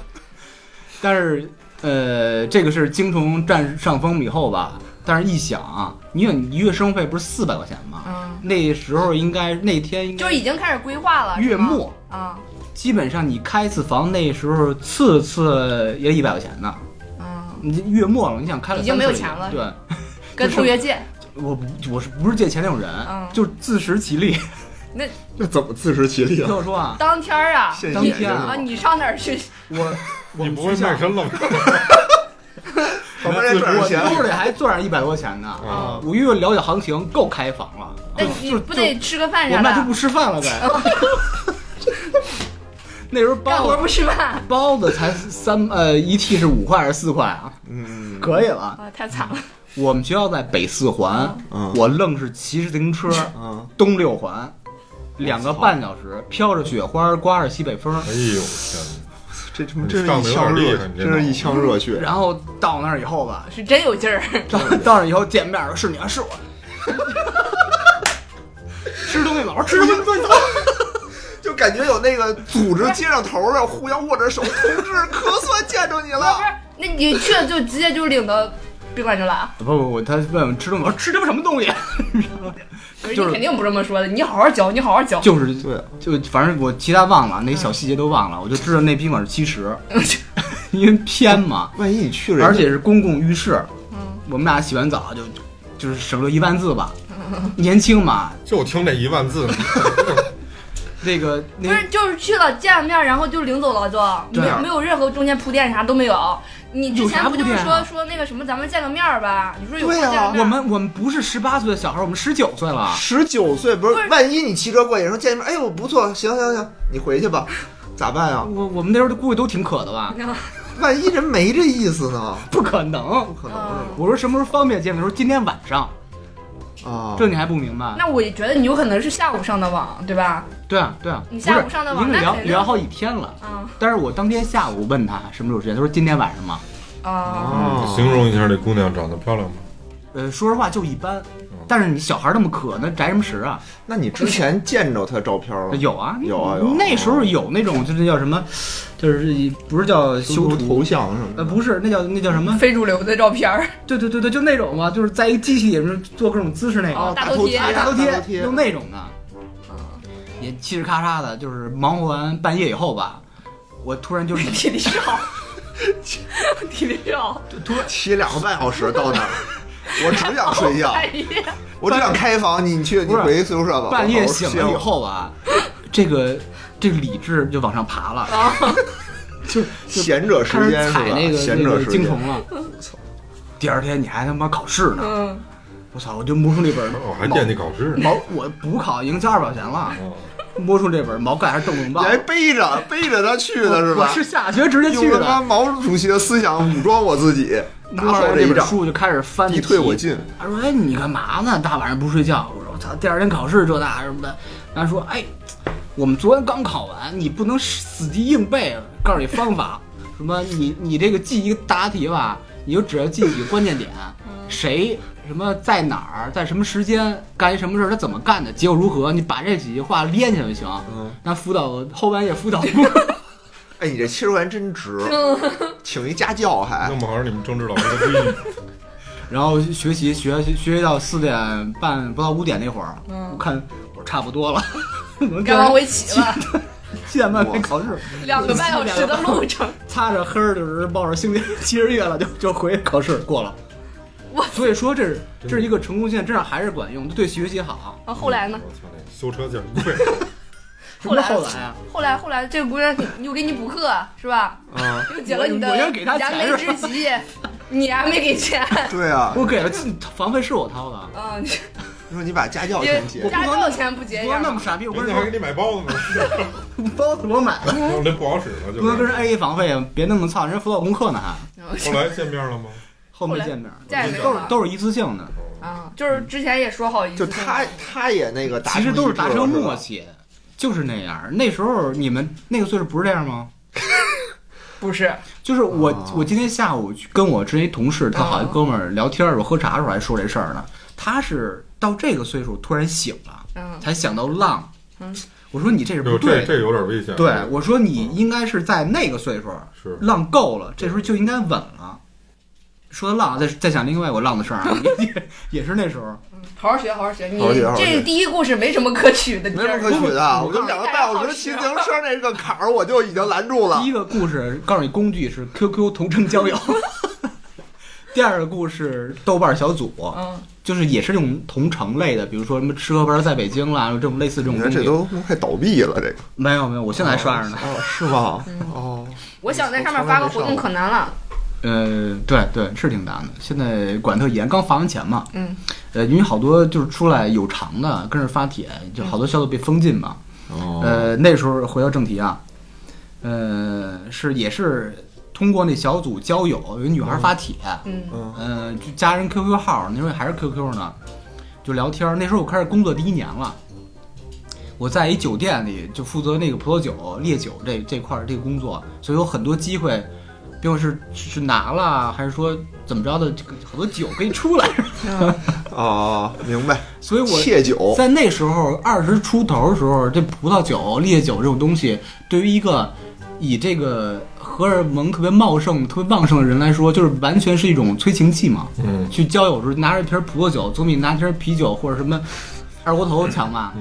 Speaker 1: 但是呃，这个是精虫占上风以后吧，但是一想啊，你想你一月生活费不是四百块钱吗？
Speaker 4: 嗯，
Speaker 1: 那时候应该那天应
Speaker 4: 就
Speaker 1: 该
Speaker 4: 已经开始规划了。
Speaker 1: 月末，
Speaker 4: 啊，
Speaker 1: 基本上你开一次房，那时候次次也一百块钱呢。
Speaker 4: 嗯，
Speaker 1: 你月末了，你想开了
Speaker 4: 已经没有
Speaker 1: 三次
Speaker 4: 钱了
Speaker 1: 对，
Speaker 4: 跟
Speaker 1: 就是
Speaker 4: 同学借，
Speaker 1: 我不我是不是借钱那种人？
Speaker 4: 嗯
Speaker 1: 就自食其力。
Speaker 4: 那
Speaker 2: 这怎么自食其力
Speaker 1: 听
Speaker 2: 了？
Speaker 1: 我说啊，
Speaker 4: 当天儿啊，
Speaker 2: 现
Speaker 1: 当
Speaker 2: 眼
Speaker 1: 天
Speaker 4: 啊，
Speaker 1: 啊
Speaker 4: 你上哪儿去？
Speaker 1: 我我
Speaker 3: 你
Speaker 1: 们
Speaker 3: 不会
Speaker 1: 学校
Speaker 3: 卖身了吧？
Speaker 2: 旁边这赚
Speaker 1: 我
Speaker 2: 着钱
Speaker 1: 兜里还攥着一百多块钱呢。
Speaker 3: 啊，
Speaker 1: 我越了解行情，够开房了。
Speaker 4: 那
Speaker 1: 就
Speaker 4: 你
Speaker 1: 就
Speaker 4: 不得吃个饭
Speaker 1: 我
Speaker 4: 啥
Speaker 1: 那就
Speaker 4: 的
Speaker 1: 不？吃饭了呗。 那时候
Speaker 4: 干活
Speaker 1: 包
Speaker 4: 不吃饭
Speaker 1: 包子才三呃一屉是五块还是四块啊？
Speaker 2: 嗯，
Speaker 1: 可以了。
Speaker 4: 啊，太惨了。
Speaker 1: 我们学校在北四环，
Speaker 2: 嗯
Speaker 1: 我愣是骑着自行车
Speaker 2: 嗯，
Speaker 1: 东六环，两个半小时，飘着雪花，刮着西北风，
Speaker 3: 哎呦
Speaker 2: 这
Speaker 3: 天
Speaker 2: 他妈真是
Speaker 3: 上
Speaker 2: 一
Speaker 3: 得有
Speaker 2: 腔
Speaker 3: 点厉
Speaker 2: 热
Speaker 3: 害，你这
Speaker 2: 真是一
Speaker 3: 脑
Speaker 2: 腔热血。
Speaker 1: 然后到那儿以后吧，
Speaker 4: 是真有劲儿，
Speaker 1: 到到那儿以后见面儿是你啊是我。 吃东西吧，我说吃东西吧，走。
Speaker 2: 就感觉有那个组织接上头了，互相握着手，同志，可算见着你
Speaker 4: 不
Speaker 2: 了。
Speaker 4: 是？那你去了就直接就领到宾馆去了啊？
Speaker 1: 不不不，他问我吃东西，我说吃他妈什么 东西？
Speaker 4: 可是
Speaker 1: 就是
Speaker 4: 你肯定不这么说的，你好好教，你好好教。
Speaker 1: 就是
Speaker 2: 对，
Speaker 1: 就反正我其他忘了，那小细节都忘
Speaker 4: 嗯
Speaker 1: 了，我就知道那宾馆是七 十，因为偏嘛，
Speaker 2: 万一你去了，
Speaker 1: 而且是公共浴室。
Speaker 4: 嗯，
Speaker 1: 我们俩洗完澡就就是省了一万字吧，
Speaker 4: 嗯
Speaker 1: 年轻嘛，
Speaker 3: 就听这一万字，
Speaker 1: 那个 那
Speaker 4: 不是，就是去了见了面，然后就领走了，就没
Speaker 1: 对
Speaker 4: 有
Speaker 1: 啊
Speaker 4: 没有任何中间铺垫啥都没有。你之
Speaker 1: 有
Speaker 4: 前
Speaker 1: 啥
Speaker 4: 不就是
Speaker 1: 铺垫
Speaker 4: 说
Speaker 1: 啊
Speaker 4: 说那个什么，咱们见个面儿吧？你说有
Speaker 2: 对
Speaker 4: 空
Speaker 2: 啊
Speaker 4: 见个面儿
Speaker 1: 我们我们不是十八岁的小孩，我们十九岁了。
Speaker 2: 十九岁不
Speaker 4: 不
Speaker 2: 是
Speaker 4: 是？
Speaker 2: 万一你骑车过去说见面，哎呦不错，行行行，你回去吧，咋办啊？
Speaker 4: 嗯
Speaker 1: 我我们那时候估计都挺渴的吧？
Speaker 2: 万一人没这意思呢？
Speaker 1: 不可能
Speaker 2: 不。可能
Speaker 4: 啊
Speaker 2: 是吧？
Speaker 1: 我说什么时候方便见面？说今天晚上，
Speaker 2: 啊，
Speaker 1: 这你还不明白？
Speaker 4: 哦那我也觉得你有可能是下午上的网，对吧？
Speaker 1: 对啊对啊，
Speaker 4: 你下午
Speaker 1: 不是
Speaker 4: 上的网
Speaker 1: 已经
Speaker 4: 那
Speaker 1: 聊
Speaker 4: 肯定
Speaker 1: 聊好几天了。
Speaker 4: 嗯，
Speaker 1: 但是我当天下午问他什么时候时间，他说今天晚上嘛。
Speaker 4: 啊，
Speaker 2: 哦
Speaker 3: 形容一下这姑娘长得漂亮吗？
Speaker 1: 呃，说实话就一般，
Speaker 2: 嗯
Speaker 1: 但是你小孩那么渴，那宅什么食啊？
Speaker 2: 那你之前见着他照片了吗？
Speaker 1: 有啊，
Speaker 2: 有啊有啊
Speaker 1: 那时候有那种就是叫什么，就是一不是叫修
Speaker 2: 修
Speaker 1: 图
Speaker 2: 头，像什么
Speaker 1: 呃，
Speaker 2: 的。
Speaker 1: 不是那叫那叫什么？
Speaker 4: 非主流的照 片儿，
Speaker 1: 对对对对，就那种嘛，就是在一个机器里面做各种姿势那个，
Speaker 2: 哦，
Speaker 4: 大
Speaker 2: 头
Speaker 4: 头贴
Speaker 1: 啊
Speaker 2: 大
Speaker 1: 大头
Speaker 2: 贴，嗯
Speaker 1: 贴，用那种的，也嘁哩咔嚓的，就是忙活完半夜以后吧，我突然 就是
Speaker 4: 体力 好，体力
Speaker 1: 啊
Speaker 4: 好，
Speaker 2: 骑两个半小时到那儿，我只想睡 觉，
Speaker 4: 哎呀，
Speaker 2: 我只想开房。你去，你
Speaker 1: 不是
Speaker 2: 回宿舍吧。
Speaker 1: 半
Speaker 2: 我
Speaker 1: 夜
Speaker 2: 好好
Speaker 1: 醒
Speaker 2: 歇会
Speaker 1: 了以
Speaker 2: 儿，
Speaker 1: 后吧，这个这个理智就往上爬了，
Speaker 2: 哦
Speaker 1: 就就
Speaker 2: 闲者
Speaker 1: 开
Speaker 2: 时
Speaker 1: 始
Speaker 2: 间是吧
Speaker 1: 踩？那个
Speaker 2: 闲
Speaker 1: 那
Speaker 2: 者
Speaker 1: 个
Speaker 2: 时
Speaker 1: 精虫
Speaker 2: 间。
Speaker 1: 了。第二天你还他妈考试呢，
Speaker 4: 嗯，
Speaker 1: 我操！我就摸出那本
Speaker 3: 我哦还惦记考试呢。
Speaker 1: 毛，我补考已经交二百块钱了，
Speaker 3: 啊，
Speaker 1: 摸出这本毛概还是邓永
Speaker 2: 你
Speaker 1: 邦，
Speaker 2: 还背着背着他去的是
Speaker 1: 我
Speaker 2: 吧？
Speaker 1: 是下学直接去
Speaker 2: 用他妈
Speaker 1: 的，
Speaker 2: 毛主席的思想武装我自己，打
Speaker 1: 拿
Speaker 2: 好
Speaker 1: 着这
Speaker 2: 这一
Speaker 1: 本
Speaker 2: 仗，
Speaker 1: 书就开始翻
Speaker 2: 敌退我。进。
Speaker 1: 他说：“哎，你干嘛呢？大晚上不睡觉？”我说：“我操，第二天考试这那什么的。”然后说：“哎，我们昨天刚考完，你不能死记硬背，告诉你方法，什么你你这个记一个答题吧，你就只要记几个关键 点，谁什么在哪儿，在什么时间干一什么事儿，他怎么干的，结果如何，你把这几句话连起来就行。
Speaker 2: 嗯，
Speaker 1: 那辅导后半夜辅导部
Speaker 2: 哎，你这七十块钱真值， 请一家教还
Speaker 3: 啊弄。不好是你们政治老师的规矩。
Speaker 1: 然后学习学学习到四点半不到五点那会儿，
Speaker 4: 嗯
Speaker 1: 我看我差不多了， 我们
Speaker 4: 该往回起了，
Speaker 1: 七点半开考试，
Speaker 4: 两个半小时的路程，
Speaker 1: 擦着黑儿就是抱着星星七十月了，就 就回考试过了。
Speaker 4: 哇
Speaker 1: 所以说这是这是一个成功线，这样还是管用，对学习好。
Speaker 4: 啊，后来呢？
Speaker 3: 我操，那修车劲儿贵。
Speaker 1: 什
Speaker 4: 后
Speaker 1: 么
Speaker 4: 来
Speaker 1: 后来啊？
Speaker 4: 后来后来，这个姑娘又给你补课是吧？
Speaker 2: 嗯，
Speaker 4: 又解了你的
Speaker 1: 我我要给她钱
Speaker 4: 燃眉
Speaker 1: 是吧
Speaker 4: 之急，你还没给钱，
Speaker 2: 对啊，
Speaker 1: 我给了房费是我掏的，
Speaker 4: 嗯，你
Speaker 2: 你说你把家教请
Speaker 4: 你
Speaker 2: 起，
Speaker 4: 家教钱不结
Speaker 1: 不要
Speaker 4: 呀
Speaker 1: 那？么傻逼，我跟
Speaker 3: 人
Speaker 1: 你
Speaker 3: 家还给
Speaker 1: 说，
Speaker 3: 你买包子呢，
Speaker 1: 包子我买了，
Speaker 3: 我这不好使了就
Speaker 1: 不能跟
Speaker 3: 是。
Speaker 1: 人 A 房费，别弄么操，人家辅导功课呢还。
Speaker 3: 后来见面了吗？
Speaker 1: 后面见面，
Speaker 4: 再也没有
Speaker 1: 都是
Speaker 4: 了
Speaker 1: 都是一次性的，
Speaker 4: 啊，就是之前也说好一
Speaker 2: 就
Speaker 4: 次性的，
Speaker 2: 他他也那个达
Speaker 1: 其实都是达成
Speaker 2: 成一致
Speaker 1: 默
Speaker 2: 了，
Speaker 1: 契，就是那样。那时候你们那个岁数不是这样吗？
Speaker 4: 不是
Speaker 1: 就是我，
Speaker 2: 哦
Speaker 1: 我今天下午去跟我之前一同事，他好一哥们儿聊天儿，我喝茶的时候还说这事儿呢。他是到这个岁数突然醒了，
Speaker 4: 嗯
Speaker 1: 才想到浪。
Speaker 4: 嗯
Speaker 1: 我说你这是不
Speaker 3: 哟，这
Speaker 1: 对的。
Speaker 3: 这有点危险。啊
Speaker 1: 对，我说你应该是在那个岁数
Speaker 3: 是
Speaker 1: 浪够了，这时候就应该稳了。说到浪，再再想另外一个浪的事儿啊，也也也是那时候。
Speaker 4: 好好学，好好学。你
Speaker 2: 好好学好好学
Speaker 4: 这第一故事没什么可取的，
Speaker 2: 没什么可取的。
Speaker 1: 不
Speaker 2: 我就两个半小时骑自行车那个坎儿，我就已经拦住了
Speaker 1: 第。一个故事告诉你工具是 QQ 同城交友，第二个故事豆瓣小组，
Speaker 4: 嗯，
Speaker 1: 就是也是用同城类的，比如说什么吃喝玩乐在北京啦，这种类似这种
Speaker 2: 你
Speaker 1: 东
Speaker 2: 看
Speaker 1: 西。
Speaker 2: 这都快倒闭了，这个
Speaker 1: 没有没有，我现在还嗯刷着呢。
Speaker 2: 哦，是吧？哦，
Speaker 4: 我想在上面发个活动可难了。
Speaker 1: 呃，对对，是挺难的，现在管特严，刚罚完钱嘛。
Speaker 4: 嗯。
Speaker 1: 呃，因为好多就是出来有偿的，跟着发帖，就好多小组被封禁嘛。
Speaker 2: 哦，
Speaker 1: 呃，那时候回到正题啊，呃，是也是通过那小组交友，有女
Speaker 2: 哦
Speaker 1: 孩发帖，
Speaker 4: 嗯
Speaker 2: 嗯，
Speaker 1: 呃，就加人 QQ 号，那时候还是 QQ 呢，就聊天儿。那时候我开始工作第一年了，我在一酒店里就负责那个葡萄酒、烈酒这这块儿这个工作，所以有很多机会，别管是是拿了还是说怎么着的，这个好多酒可以出来。
Speaker 2: 哦，明白。
Speaker 1: 所以我
Speaker 2: 戒酒，
Speaker 1: 在那时候二十出头的时候，这葡萄酒、烈酒这种东西，对于一个以这个荷尔蒙特别茂盛、特别旺盛的人来说，就是完全是一种催情剂嘛。
Speaker 3: 嗯，
Speaker 1: 去交友时候拿着一瓶葡萄酒，总比拿一瓶啤酒或者什么二锅头强吧。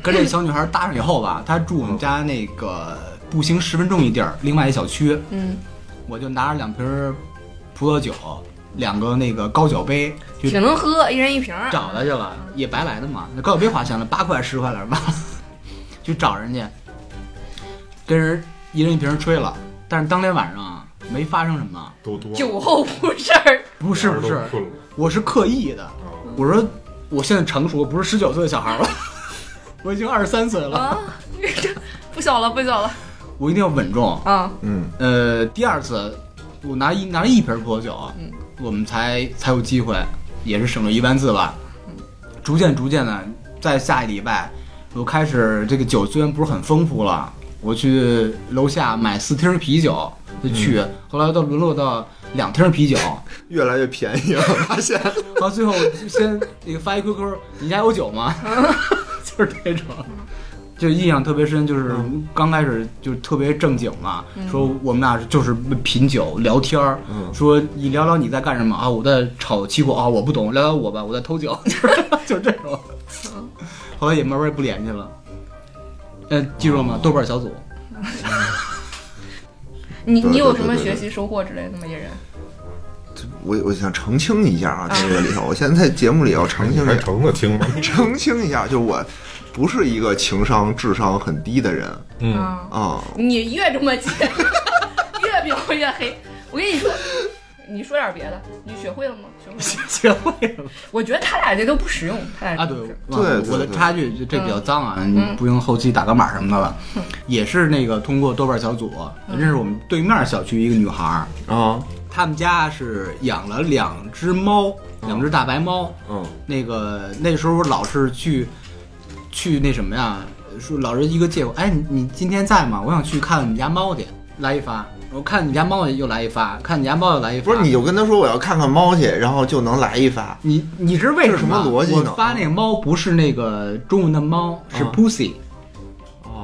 Speaker 1: 跟这小女孩搭上以后吧，她住我们家那个步行十分钟一地儿，另外一小区，
Speaker 4: 嗯，
Speaker 1: 我就拿着两瓶葡萄酒，两个那个高脚杯去
Speaker 4: 挺能喝，一人一瓶儿。
Speaker 1: 找她去了，也白来的嘛。那高脚杯花钱了，八块十块来着吧， 去找人家，跟人一人一瓶吹了，但是当天晚上啊没发生什么，
Speaker 3: 都多了
Speaker 4: 酒后不是 儿，
Speaker 1: 不是不是
Speaker 3: 俩人都，困了
Speaker 1: 我是刻意的。
Speaker 3: 啊。
Speaker 1: 我说我现在成熟，不是十九岁的小孩了， 我已经二十三岁了，
Speaker 4: 啊， 不小了，不小了
Speaker 1: 我一定要稳重。
Speaker 4: 啊！
Speaker 2: 嗯，
Speaker 1: 呃，第二次我拿一拿了一瓶葡萄酒，啊
Speaker 4: 嗯
Speaker 1: 我们才才有机会，也是省了一万字吧。逐渐逐渐的，在下一礼拜，我开始这个酒虽然不是很丰富了，我去楼下买四听啤酒，就去，后来到沦落到两听啤酒，
Speaker 2: 越来越便宜了，发现
Speaker 1: 到最后就先那个发一 QQ，你家有酒吗？ 就是这种，就印象特别深，就是刚开始就特别正经嘛，说我们俩就是品酒聊天儿，
Speaker 2: 嗯
Speaker 1: 说你聊聊你在干什么啊？我在炒期货啊，我不懂，聊聊我吧，我在偷酒， 就是就是这种。后来也慢慢不联系了。呃，记住了吗？豆瓣小组，
Speaker 4: 你
Speaker 2: 对
Speaker 4: 你有
Speaker 2: 对对
Speaker 4: 什么
Speaker 2: 对
Speaker 4: 学
Speaker 2: 对
Speaker 4: 习收获之类的吗？野人，
Speaker 2: 我我想澄清一下啊，这个里头，我现在在节目里要澄清一
Speaker 3: 还
Speaker 2: 下，
Speaker 3: 成了听吧？
Speaker 2: 澄清一下，就是我不是一个情商、智商很低的人
Speaker 3: 嗯，
Speaker 4: 啊，
Speaker 2: 啊、
Speaker 4: 你越这么近， 越描越黑。我跟你说，你说点别的，你学会了吗？学 会了。
Speaker 1: 学会了
Speaker 4: 我觉得他俩这都不实用，他俩
Speaker 1: 啊，
Speaker 4: 这
Speaker 1: 对
Speaker 4: 都不实用，
Speaker 1: 忘了
Speaker 2: 对对
Speaker 1: 我的
Speaker 2: 对嗯
Speaker 1: 插句，就这比较脏啊，你不用后期打个码什么的了。也是那个通过豆瓣小组认识我们对面小区一个女孩儿，
Speaker 3: 嗯
Speaker 2: 啊，
Speaker 1: 他们家是养了两只猫，两只大白猫。
Speaker 2: 嗯
Speaker 1: 那个那时候老是去去那什么呀，说老是一个借口，哎，你你今天在吗？我想去看你家猫去，来一发。我看你家猫又来一发，看你家猫又来一发。
Speaker 2: 不是，你就跟他说我要看看猫去，然后就能来一发。
Speaker 1: 你你知道为
Speaker 2: 这是
Speaker 1: 什
Speaker 2: 什
Speaker 1: 么
Speaker 2: 么逻辑
Speaker 1: 我
Speaker 2: 呢
Speaker 1: 发那个猫不是那个中文的猫，是
Speaker 2: 啊
Speaker 1: pussy。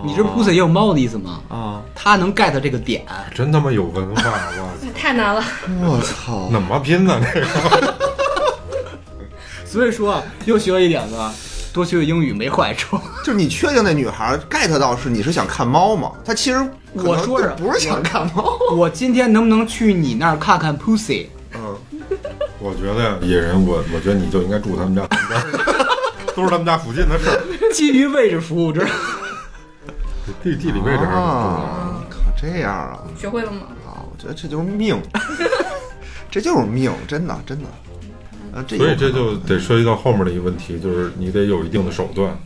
Speaker 1: 你
Speaker 2: 哦
Speaker 1: 知道 pussy 也有猫的意思吗？
Speaker 2: 啊？
Speaker 1: 它能 get 这个点，
Speaker 3: 真他妈有文化！我 操，
Speaker 4: 太难了。
Speaker 2: 我操！
Speaker 3: 怎么拼呢？这个
Speaker 1: 所以说啊又学了一点子，多学学英语没坏 处。
Speaker 2: 就是你确定那女孩 get 到是你是想看猫吗？她其实可能
Speaker 1: 我说是
Speaker 2: 就不是想看猫？
Speaker 1: 我今天能不能去你那儿看看 pussy？
Speaker 2: 嗯，
Speaker 3: 我觉得呀，野人，我我觉得你就应该住他们家， 他们家都是他们家附近的事儿，
Speaker 1: 基于位置服务，知道吗？
Speaker 3: 地地理位置还是很重要的。
Speaker 2: 啊，靠，这样啊
Speaker 4: 学会了吗？
Speaker 2: 啊！我觉得这就是命， 这就是命，真的真的。啊，这有
Speaker 3: 所以这
Speaker 2: 可能
Speaker 3: 就得涉及到后面的一个问题，就是你得有一定的手段。
Speaker 2: 啊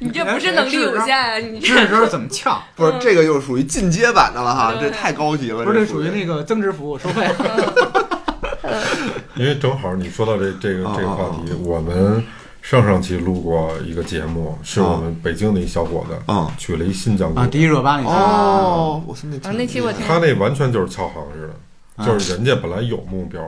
Speaker 4: 你这不是能力有限，啊你
Speaker 1: 知
Speaker 4: 这
Speaker 1: 道知道怎么呛，
Speaker 2: 不是这个就是属于进阶版的了哈，
Speaker 4: 对
Speaker 2: 这太高级 了，
Speaker 1: 不是这
Speaker 2: 属
Speaker 1: 属于那个增值服务收费。
Speaker 3: 因为正好你说到这这个
Speaker 2: 啊
Speaker 3: 这个话题，我们上上期录过一个节目，是我们北京的一小伙子，
Speaker 2: 嗯
Speaker 3: 娶了一新疆姑
Speaker 1: 啊，
Speaker 3: 娘，
Speaker 1: 第一热巴那次，
Speaker 2: 哦，我操那挺
Speaker 4: 啊那期我听
Speaker 3: 他那完全就是敲行似的，就是人家本来有目标，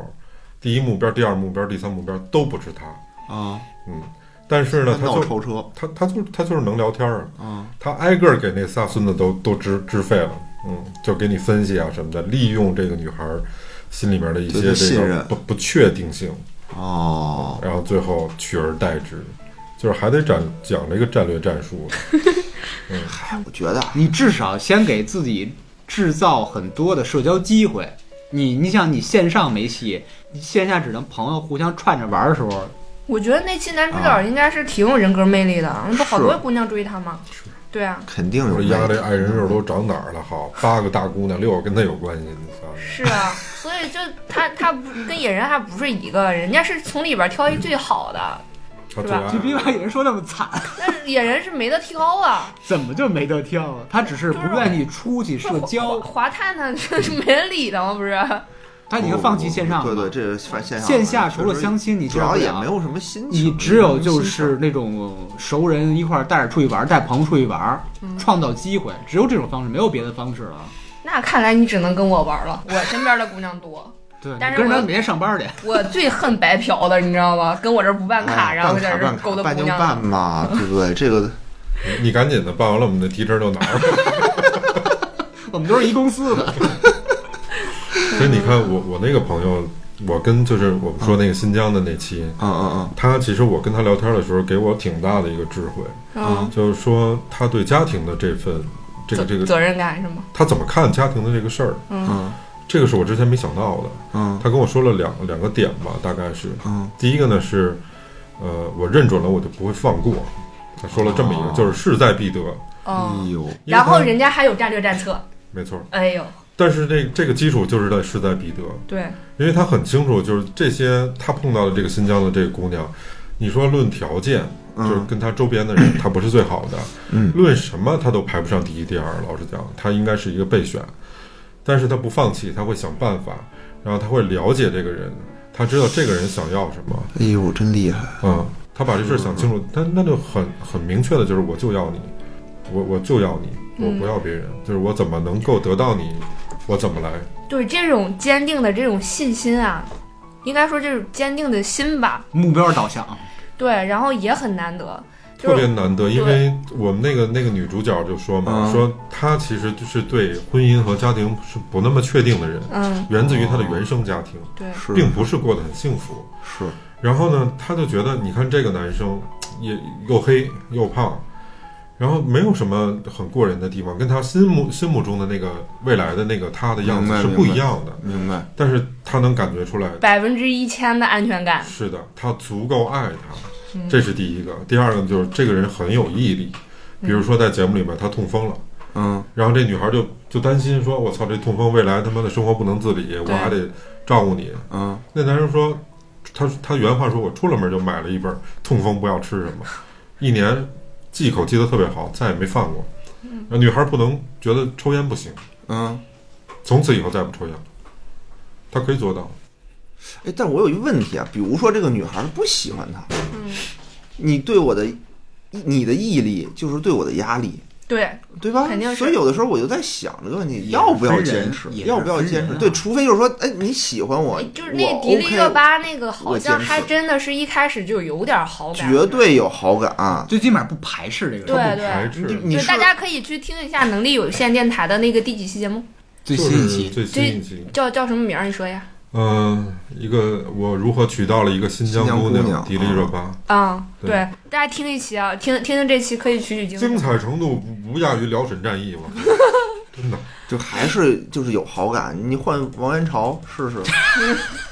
Speaker 3: 第一目标、第二目标、第三目标都不是他，
Speaker 2: 啊，
Speaker 3: 嗯，但是呢，他
Speaker 2: 闹
Speaker 3: 就
Speaker 2: 超车
Speaker 3: 他他就他就是能聊天儿啊，
Speaker 2: 啊
Speaker 3: 他挨个儿给那仨孙子都都支支费了，嗯，就给你分析啊什么的，利用这个女孩儿心里面的一
Speaker 2: 对
Speaker 3: 些
Speaker 2: 她信
Speaker 3: 这个
Speaker 2: 任
Speaker 3: 不不确定性，
Speaker 2: 哦，
Speaker 3: 然后最后取而代之，就是还得展讲这个战略战术。
Speaker 2: 哎，我觉得啊
Speaker 1: 你至少先给自己制造很多的社交机会。你你想，你线上没戏，你线下只能朋友互相串着玩的时候，
Speaker 4: 我觉得那期男主角应该是挺有人格魅力的，那不好
Speaker 2: 是
Speaker 4: 多姑娘追他吗？对啊，
Speaker 2: 肯定
Speaker 3: 我
Speaker 2: 有
Speaker 3: 说
Speaker 2: 魅
Speaker 3: 丫
Speaker 2: 力
Speaker 3: 这爱人肉都长哪儿了？好，八个大姑娘，六个跟他有关系，你操！
Speaker 4: 是啊，所以就他他不跟野人还不是一个，人家是从里边挑一最好的，
Speaker 3: 他
Speaker 4: 是
Speaker 3: 最
Speaker 4: 吧
Speaker 1: 就
Speaker 3: 爱
Speaker 1: 别把有人说那么惨，
Speaker 4: 但是野人是没得挑啊。
Speaker 1: 怎么就没得挑啊？他只是不愿意出去社 交，
Speaker 4: 华探探就是没人理的吗？不是，
Speaker 1: 他已经放弃线上
Speaker 2: 对
Speaker 1: 了。
Speaker 2: 对，这是线下
Speaker 1: 线下除了相亲你
Speaker 2: 主
Speaker 1: 见不
Speaker 2: 要
Speaker 1: 了
Speaker 2: 也没有什么心情，
Speaker 1: 你只有就
Speaker 2: 没
Speaker 1: 是那种熟人一块儿带着出去玩儿，带朋友出去玩儿，
Speaker 4: 嗯
Speaker 1: 创造机会，只有这种方式，没有别的方式了。
Speaker 4: 那看来你只能跟我玩了。我身边的姑娘多，
Speaker 1: 对，你
Speaker 4: 但是
Speaker 1: 跟着
Speaker 4: 我
Speaker 1: 他每天上班儿去。
Speaker 4: 我最恨白嫖的，你知道吗？跟我这儿不办
Speaker 2: 有什么心情
Speaker 4: 卡，
Speaker 2: 哎
Speaker 4: 然后
Speaker 2: 办
Speaker 4: 在
Speaker 2: 卡
Speaker 4: 这儿
Speaker 2: 办卡
Speaker 4: 勾搭
Speaker 2: 办
Speaker 4: 姑
Speaker 2: 就
Speaker 4: 娘
Speaker 2: 办嘛，对不对？这个
Speaker 3: 你，你赶紧的，办完了我们的提成就 拿了。
Speaker 1: 我们都是一公司的，
Speaker 3: 所以你看，我我那个朋友，我跟就是我们说那个新疆的那期，
Speaker 2: 嗯嗯
Speaker 3: 他其实我跟他聊天的时候，给我挺大的一个智慧，
Speaker 2: 啊
Speaker 4: 嗯，
Speaker 3: 就是说他对家庭的这份这
Speaker 4: 责
Speaker 3: 个这个，
Speaker 4: 责任感是吗？
Speaker 3: 他怎么看家庭的这个事儿，
Speaker 2: 嗯
Speaker 3: 这个是我之前没想到的。
Speaker 2: 嗯嗯
Speaker 3: 他跟我说了两两个点吧，大概是
Speaker 2: 嗯，
Speaker 3: 第一个呢是，呃，我认准了我就不会放过。他说了这么一个，
Speaker 2: 哦
Speaker 3: 就是势在必得，
Speaker 2: 哎
Speaker 4: 嗯，
Speaker 2: 呦，
Speaker 3: 因为
Speaker 4: 然后
Speaker 3: 他
Speaker 4: 人家还有战略战策，
Speaker 3: 没错，
Speaker 4: 哎呦，
Speaker 3: 但是这这个基础就是在势在必得，
Speaker 4: 对，
Speaker 3: 因为他很清楚，就是这些他碰到的这个新疆的这个姑娘，你说论条件，
Speaker 2: 嗯
Speaker 3: 就是跟他周边的人，他不是最好的，
Speaker 2: 嗯
Speaker 3: 论什么他都排不上第一、第二。老实讲，他应该是一个备选，但是他不放弃，他会想办法，然后他会了解这个人，他知道这个人想要什么，
Speaker 2: 哎呦，真厉害！
Speaker 3: 嗯，他把这事儿想清楚，
Speaker 2: 嗯
Speaker 3: 他那就很很明确的就是
Speaker 2: 嗯
Speaker 3: 我就要你，我我就要你，我不要别人，就是我怎么能够得到你，我怎么来？
Speaker 4: 对这种坚定的这种信心啊，应该说这种坚定的心吧，
Speaker 1: 目标导向，
Speaker 4: 对，然后也很难得，
Speaker 3: 特
Speaker 4: 就
Speaker 3: 别
Speaker 4: 是
Speaker 3: 难得，因为我们那个那个女主角就说嘛，
Speaker 2: 嗯
Speaker 3: 说她其实就是对婚姻和家庭是不那么确定的人，
Speaker 4: 嗯，
Speaker 3: 源自于她的原生家庭，
Speaker 4: 对，
Speaker 2: 是
Speaker 3: 并不是过得很幸福。
Speaker 2: 是，
Speaker 3: 然后呢，她就觉得，你看这个男生也又黑又胖，然后没有什么很过人的地方，跟她心目心目中的那个未来的那个她的样
Speaker 2: 明
Speaker 3: 子
Speaker 2: 白
Speaker 3: 是不一样的。
Speaker 2: 明白。
Speaker 3: 但是她能感觉出来，
Speaker 4: 百分之一千的安全感，
Speaker 3: 是的，他足够爱她，
Speaker 4: 嗯
Speaker 3: 这是第一个。第二个就是这个人很有毅力，比如说在节目里面他痛风了，
Speaker 2: 嗯，
Speaker 3: 然后这女孩就就担心说：“我操，这痛风未来他妈的生活不能自理，我还得照顾你。
Speaker 2: 嗯，”
Speaker 3: 那男人说：“他他原话说，我出了门就买了一本《痛风不要吃什么》，一年忌口记得特别好，再也没犯过。”那女孩不能觉得抽烟不行，
Speaker 2: 嗯，
Speaker 3: 从此以后再不抽烟了，她可以做到。
Speaker 2: 哎，但我有一问题啊，比如说这个女孩儿不喜欢他，
Speaker 4: 嗯
Speaker 2: 你对我的，你的毅力就是对我的压力，
Speaker 4: 对，
Speaker 2: 对吧？
Speaker 4: 肯定是
Speaker 2: 所以有的时候我就在想这个问题，要不要
Speaker 1: 分人
Speaker 2: 坚持，
Speaker 1: 也是
Speaker 2: 要不要
Speaker 1: 分
Speaker 2: 坚
Speaker 1: 人
Speaker 2: 持？
Speaker 1: 啊
Speaker 2: 对，除非就是说，哎，你喜欢我，
Speaker 4: 就是
Speaker 2: 我
Speaker 4: 那迪丽
Speaker 2: OK，
Speaker 4: 热巴那个，
Speaker 2: 我
Speaker 4: 好
Speaker 2: 坚
Speaker 4: 像
Speaker 2: 持
Speaker 4: 还真的是一开始就有点好感，
Speaker 2: 绝对有好感、
Speaker 1: 最起码不排斥这个
Speaker 4: 对
Speaker 1: 人。
Speaker 3: 不排斥
Speaker 2: 你你
Speaker 4: 对，
Speaker 2: 是
Speaker 4: 大家可以去听一下能力有限电台的那个第几期节目，
Speaker 1: 最
Speaker 3: 就
Speaker 1: 新一
Speaker 3: 是
Speaker 1: 期，
Speaker 3: 最新一期，
Speaker 4: 叫叫什么名儿？你说呀？
Speaker 3: 嗯，一个我如何娶到了一个新疆
Speaker 2: 新疆
Speaker 3: 姑
Speaker 2: 姑娘啊
Speaker 3: 迪丽热巴，
Speaker 4: 嗯，
Speaker 3: 对
Speaker 4: 对，大家听一期啊，听听听这期可以取取经。
Speaker 3: 精彩程度不不亚于辽沈战役嘛，真的。
Speaker 2: 就还是就是有好感。你换王元朝试 试，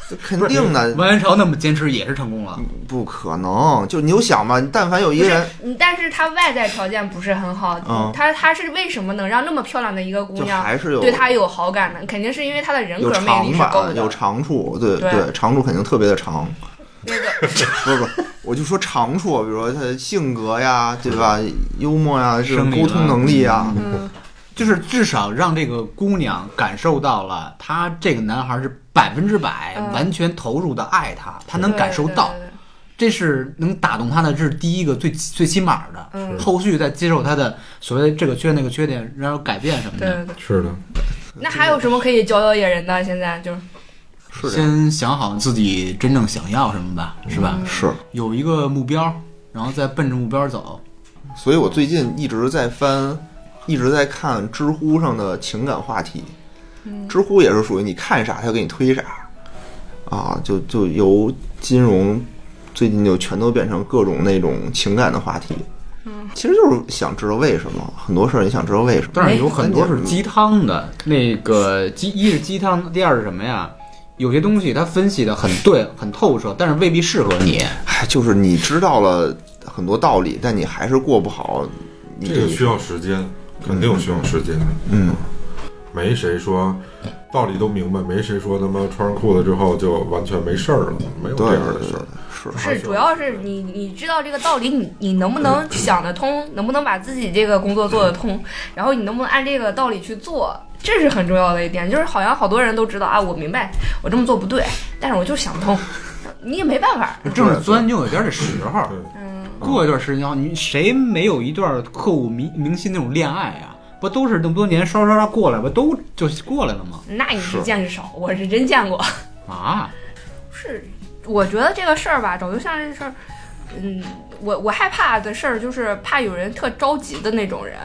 Speaker 2: 这肯定的，
Speaker 1: 王元朝那么坚持也是成功了，
Speaker 2: 不可能。就你就想吧，你但凡有一
Speaker 4: 不
Speaker 2: 个
Speaker 4: 是
Speaker 2: 人，，
Speaker 4: 嗯但是她外在条件不是很好，
Speaker 2: 嗯
Speaker 4: 她她是为什么能让那么漂亮的一个姑
Speaker 2: 就
Speaker 4: 娘
Speaker 2: 还是有
Speaker 4: 对她有好感呢？肯定是因为她的人
Speaker 2: 有
Speaker 4: 格魅力
Speaker 2: 长
Speaker 4: 是够
Speaker 2: 板，有
Speaker 4: 的。
Speaker 2: 长处，对
Speaker 4: 对
Speaker 2: 长处肯定特别的长。
Speaker 4: 那个
Speaker 2: 不是不是，我就说长处，比如说他的性格呀，对吧？幽默呀，这种
Speaker 1: 生理啊
Speaker 2: 沟通
Speaker 1: 了
Speaker 2: 能力呀，
Speaker 4: 嗯，
Speaker 1: 就是至少让这个姑娘感受到了，她这个男孩是百分之百
Speaker 4: 嗯
Speaker 1: 完全投入的爱她，她能感受到
Speaker 4: 对，对对
Speaker 1: 这是能打动她的，这是第一个最最起码的。
Speaker 4: 嗯
Speaker 1: 后续再接受她的所谓这个缺那个缺点，然后改变什么
Speaker 4: 对
Speaker 1: 的，
Speaker 4: 对对。
Speaker 3: 是的，
Speaker 4: 那还有什么可以教教野人的？现在就是
Speaker 2: 是这样，
Speaker 1: 先想好自己真正想要什么吧，是吧？
Speaker 2: 嗯是。
Speaker 1: 有一个目标，然后再奔着目标走。
Speaker 2: 所以我最近一直在翻，一直在看知乎上的情感话题。
Speaker 4: 嗯
Speaker 2: 知乎也是属于你看啥，它就给你推啥，啊，就就由金融最近就全都变成各种那种情感的话题。嗯，其实就是想知道为什么很多事儿，你想知道为什么。
Speaker 4: 哎
Speaker 2: 哎
Speaker 1: 但是有很多是鸡汤的，那个鸡一是鸡汤，第二是什么呀？有些东西它分析的很对，很透彻，但是未必适合你。
Speaker 2: 哎，就是你知道了很多道理，但你还是过不好。你
Speaker 3: 这个
Speaker 2: 一
Speaker 3: 需要时间，肯定需要时间。
Speaker 2: 嗯，
Speaker 3: 没谁说道理都明白，没谁说他妈穿上裤子之后就完全没事儿了，没有
Speaker 2: 对
Speaker 3: 这样的
Speaker 2: 对
Speaker 3: 事儿。
Speaker 2: 是
Speaker 4: 不是，主要是你你知道这个道理，你你能不能想得通，能不能把自己这个工作做得通，然后你能不能按这个道理去做，这是很重要的一点。就是好像好多人都知道啊，我明白我这么做不对，但是我就想不通，你也没办法。
Speaker 1: 正是钻牛角尖的时候，
Speaker 4: 嗯，
Speaker 1: 过一段时间后，你谁没有一段刻骨铭铭心那种恋爱啊？不都是那么多年刷刷刷过来，不都就过来了吗？
Speaker 4: 那你是见识少，我是真见过。
Speaker 1: 啊，
Speaker 4: 是，我觉得这个事儿吧，找对象这事儿，嗯，我我害怕的事儿就是怕有人特着急的那种人，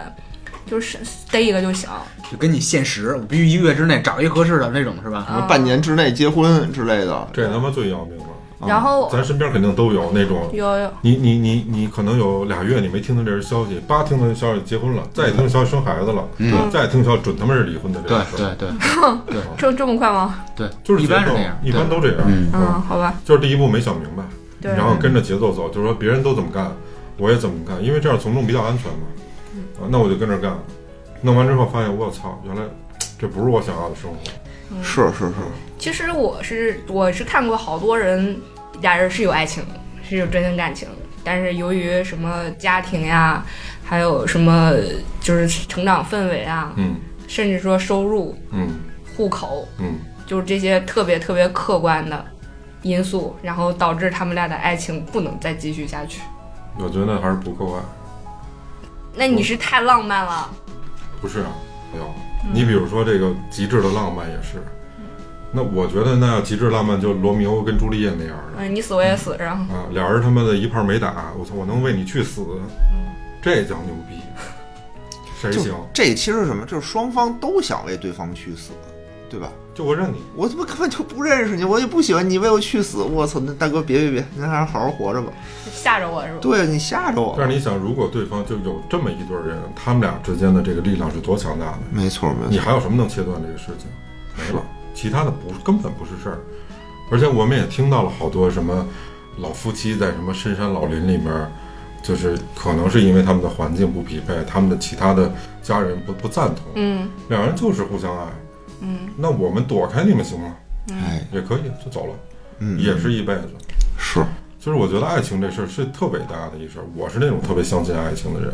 Speaker 4: 就是逮一个就行。
Speaker 1: 就跟你限时，我必须一个月之内找一合适的那种是吧？
Speaker 2: 什么半年之内结婚之类的，
Speaker 3: 这他妈最要命了，
Speaker 4: 然
Speaker 2: 哦
Speaker 4: 后
Speaker 3: 咱身边肯定都有那种。
Speaker 4: 有有。
Speaker 3: 你你你你可能有俩月你没听到这人消息，叭听到消息结婚了，再听消息生孩子了，
Speaker 2: 嗯
Speaker 3: 再听消息准他妈是离婚的这
Speaker 1: 对
Speaker 3: 种事儿
Speaker 1: 对对
Speaker 4: 这这么快吗？
Speaker 1: 对，
Speaker 3: 就是
Speaker 1: 一般
Speaker 3: 节
Speaker 1: 是
Speaker 3: 奏
Speaker 1: 这样，
Speaker 3: 一般
Speaker 1: 对
Speaker 3: 都这样。
Speaker 1: 嗯
Speaker 4: 嗯，好吧，
Speaker 3: 就是第一步没想明白，
Speaker 4: 对
Speaker 3: 然后跟着节奏走，就是说别人都怎么干，我也怎么干，因为这样从众比较安全嘛。
Speaker 4: 嗯
Speaker 3: 啊，那我就跟着干，弄完之后发现我操，原来这不是我想要的生活。
Speaker 2: 是是是，
Speaker 3: 嗯
Speaker 4: 其实我是我是看过好多人，俩人是有爱情，是有真正感情，但是由于什么家庭呀，还有什么就是成长氛围啊，
Speaker 3: 嗯
Speaker 4: 甚至说收入、
Speaker 3: 嗯
Speaker 4: 户口，
Speaker 3: 嗯，
Speaker 4: 就是这些特别特别客观的因素，然后导致他们俩的爱情不能再继续下去。
Speaker 3: 我觉得还是不够爱，
Speaker 4: 那你是太浪漫了，
Speaker 3: 不是啊，哎呦，
Speaker 4: 嗯
Speaker 3: 你比如说这个极致的浪漫也是，那我觉得那要极致浪漫就罗密欧跟朱丽叶那样的
Speaker 4: 嗯，你死我也死，然后
Speaker 3: 啊，俩人他妈的一炮没打，我操，我能为你去死，这叫牛逼，谁
Speaker 2: 嗯就
Speaker 3: 行？
Speaker 2: 这其实是什么？就是双方都想为对方去死，对吧？
Speaker 3: 就我认你，
Speaker 2: 我他妈根本就不认识你，我也不喜欢你，为我去死！我操，那大哥别别别，您还是好好活着吧。
Speaker 4: 吓着我是吧？
Speaker 2: 对啊你吓着我
Speaker 3: 但
Speaker 2: 了，
Speaker 3: 是你想，如果对方就有这么一对儿人，他们俩之间的这个力量是多强大的，
Speaker 2: 没错没
Speaker 3: 你
Speaker 2: 错，
Speaker 3: 还有什么能切断这个事情？没了，其他的不根本不是事儿。而且我们也听到了好多什么老夫妻在什么深山老林里面，就是可能是因为他们的环境不匹配，他们的其他的家人不不赞同，
Speaker 4: 嗯
Speaker 3: 两人就是互相爱。
Speaker 4: 嗯，
Speaker 3: 那我们躲开你们行吗？
Speaker 2: 哎，
Speaker 3: 也可以，就走了，
Speaker 2: 嗯，
Speaker 3: 也是一辈子。
Speaker 2: 是，嗯
Speaker 3: 就是我觉得爱情这事儿是特伟大的一事儿，我是那种特别相信爱情的人，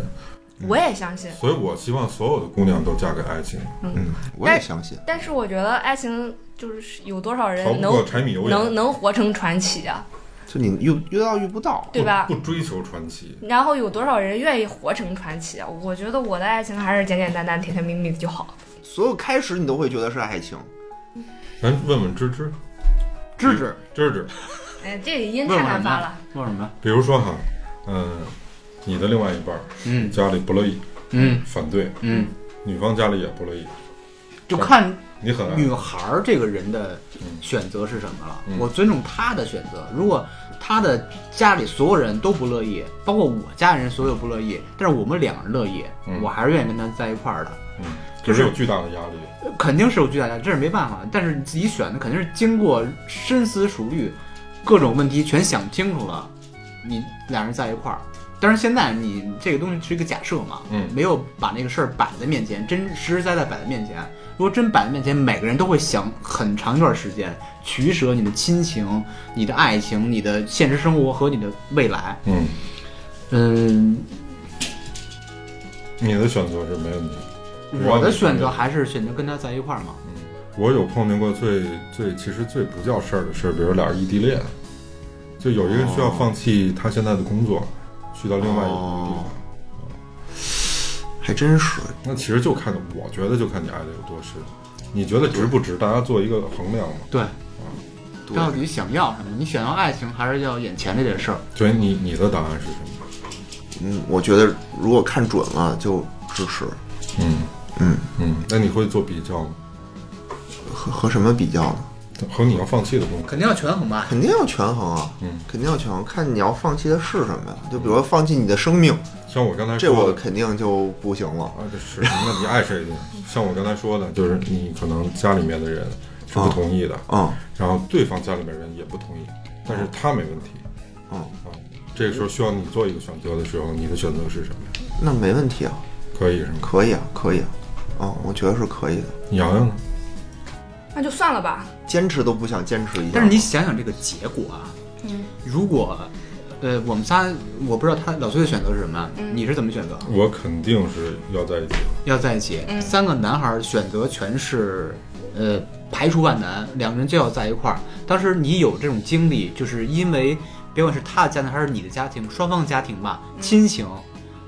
Speaker 4: 我也相信。
Speaker 3: 所以我希望所有的姑娘都嫁给爱情，
Speaker 2: 嗯，我
Speaker 1: 哎
Speaker 2: 也相信。
Speaker 4: 但是我觉得爱情就是有多少
Speaker 3: 逃
Speaker 4: 人
Speaker 3: 不
Speaker 4: 哎能
Speaker 3: 过柴米油盐，
Speaker 4: 能能活成传奇啊，
Speaker 2: 就你遇遇到遇不到，
Speaker 4: 对吧
Speaker 3: 不？不追求传奇，
Speaker 4: 然后有多少人愿意活成传奇啊？我觉得我的爱情还是简简单单、甜甜蜜蜜就好。
Speaker 2: 所有开始你都会觉得是爱情。
Speaker 3: 咱问问芝芝，
Speaker 1: 芝芝
Speaker 3: 芝芝，
Speaker 4: 哎，这个音太难发了。
Speaker 1: 问什么？
Speaker 3: 比如说哈，嗯、你的另外一半儿
Speaker 1: 嗯
Speaker 3: 家里不乐意，
Speaker 1: 嗯
Speaker 3: 反对，
Speaker 1: 嗯，
Speaker 3: 女方家里也不乐意，
Speaker 1: 就看
Speaker 3: 你很爱
Speaker 1: 女孩儿这个人的选择是什么了
Speaker 3: 嗯。
Speaker 1: 我尊重她的选择。如果她的家里所有人都不乐意，包括我家人所有不乐意，但是我们两人乐意
Speaker 3: 嗯，
Speaker 1: 我还是愿意跟她在一块儿的。
Speaker 3: 嗯，
Speaker 1: 就
Speaker 3: 就是
Speaker 1: 是
Speaker 3: 有巨大的压力，
Speaker 1: 肯定是有巨大压力，这是没办法。但是自己选的肯定是经过深思熟虑，各种问题全想清楚了，你俩人在一块儿。但是现在你这个东西是一个假设嘛，
Speaker 3: 嗯
Speaker 1: 没有把那个事儿摆在面前，真实实在在摆在面前。如果真摆在面前，每个人都会想很长一段时间取舍你的亲情、你的爱情、你的现实生活和你的未来。
Speaker 3: 嗯，
Speaker 1: 嗯，
Speaker 3: 你的选择是没问题。
Speaker 1: 我的选择还是选择跟他在一块儿嘛。
Speaker 3: 我有碰见过最最其实最不叫事儿的事儿，比如俩人异地恋，就有一个人需要放弃他现在的工作，去到另外一个地方
Speaker 2: 哦。还真是，
Speaker 3: 那其实就看，我觉得就看你爱的有多深，你觉得值不值？大家做一个衡量嘛。
Speaker 1: 对，
Speaker 2: 对
Speaker 1: 到底想要什么？你想要爱情，还是要眼前这点事儿？
Speaker 3: 所以你你的答案是什么？
Speaker 2: 嗯，我觉得如果看准了就支持。
Speaker 3: 嗯
Speaker 2: 嗯，
Speaker 3: 嗯，那你会做比较吗？
Speaker 2: 和和什么比较呢？
Speaker 3: 和你要放弃的工作，
Speaker 1: 肯定要权衡吧。
Speaker 2: 肯定要权衡啊，
Speaker 3: 嗯
Speaker 2: 肯定要权衡，看你要放弃的是什么呀？就比如说放弃你的生命，
Speaker 3: 像我刚才
Speaker 2: 这
Speaker 3: 说
Speaker 2: 我
Speaker 3: 的。
Speaker 2: 肯定就不行了。
Speaker 3: 啊，这是那你爱谁去？像我刚才说的，就是你可能家里面的人是不
Speaker 2: 啊
Speaker 3: 同意的，
Speaker 2: 嗯
Speaker 3: 然后对方家里面人也不同意，但是他没问题，
Speaker 2: 嗯，
Speaker 3: 啊，这个时候需要你做一个选择的时候，你的选择是什么呀？
Speaker 2: 那没问题啊，
Speaker 3: 可以是吗？
Speaker 2: 可以啊，可以啊，嗯，我觉得是可以的，
Speaker 3: 洋洋呢？
Speaker 4: 那就算了吧。
Speaker 2: 坚持都不想坚持一下。
Speaker 1: 但是你想想这个结果啊，如果，呃，我们仨，我不知道他老崔的选择是什么，啊你是怎么选择？
Speaker 3: 我肯定是要在一起的。
Speaker 1: 要在一起，三个男孩选择全是，呃，排除万难，两个人就要在一块儿。当时你有这种经历，就是因为别管是他的家庭还是你的家庭，双方家庭吧，亲情，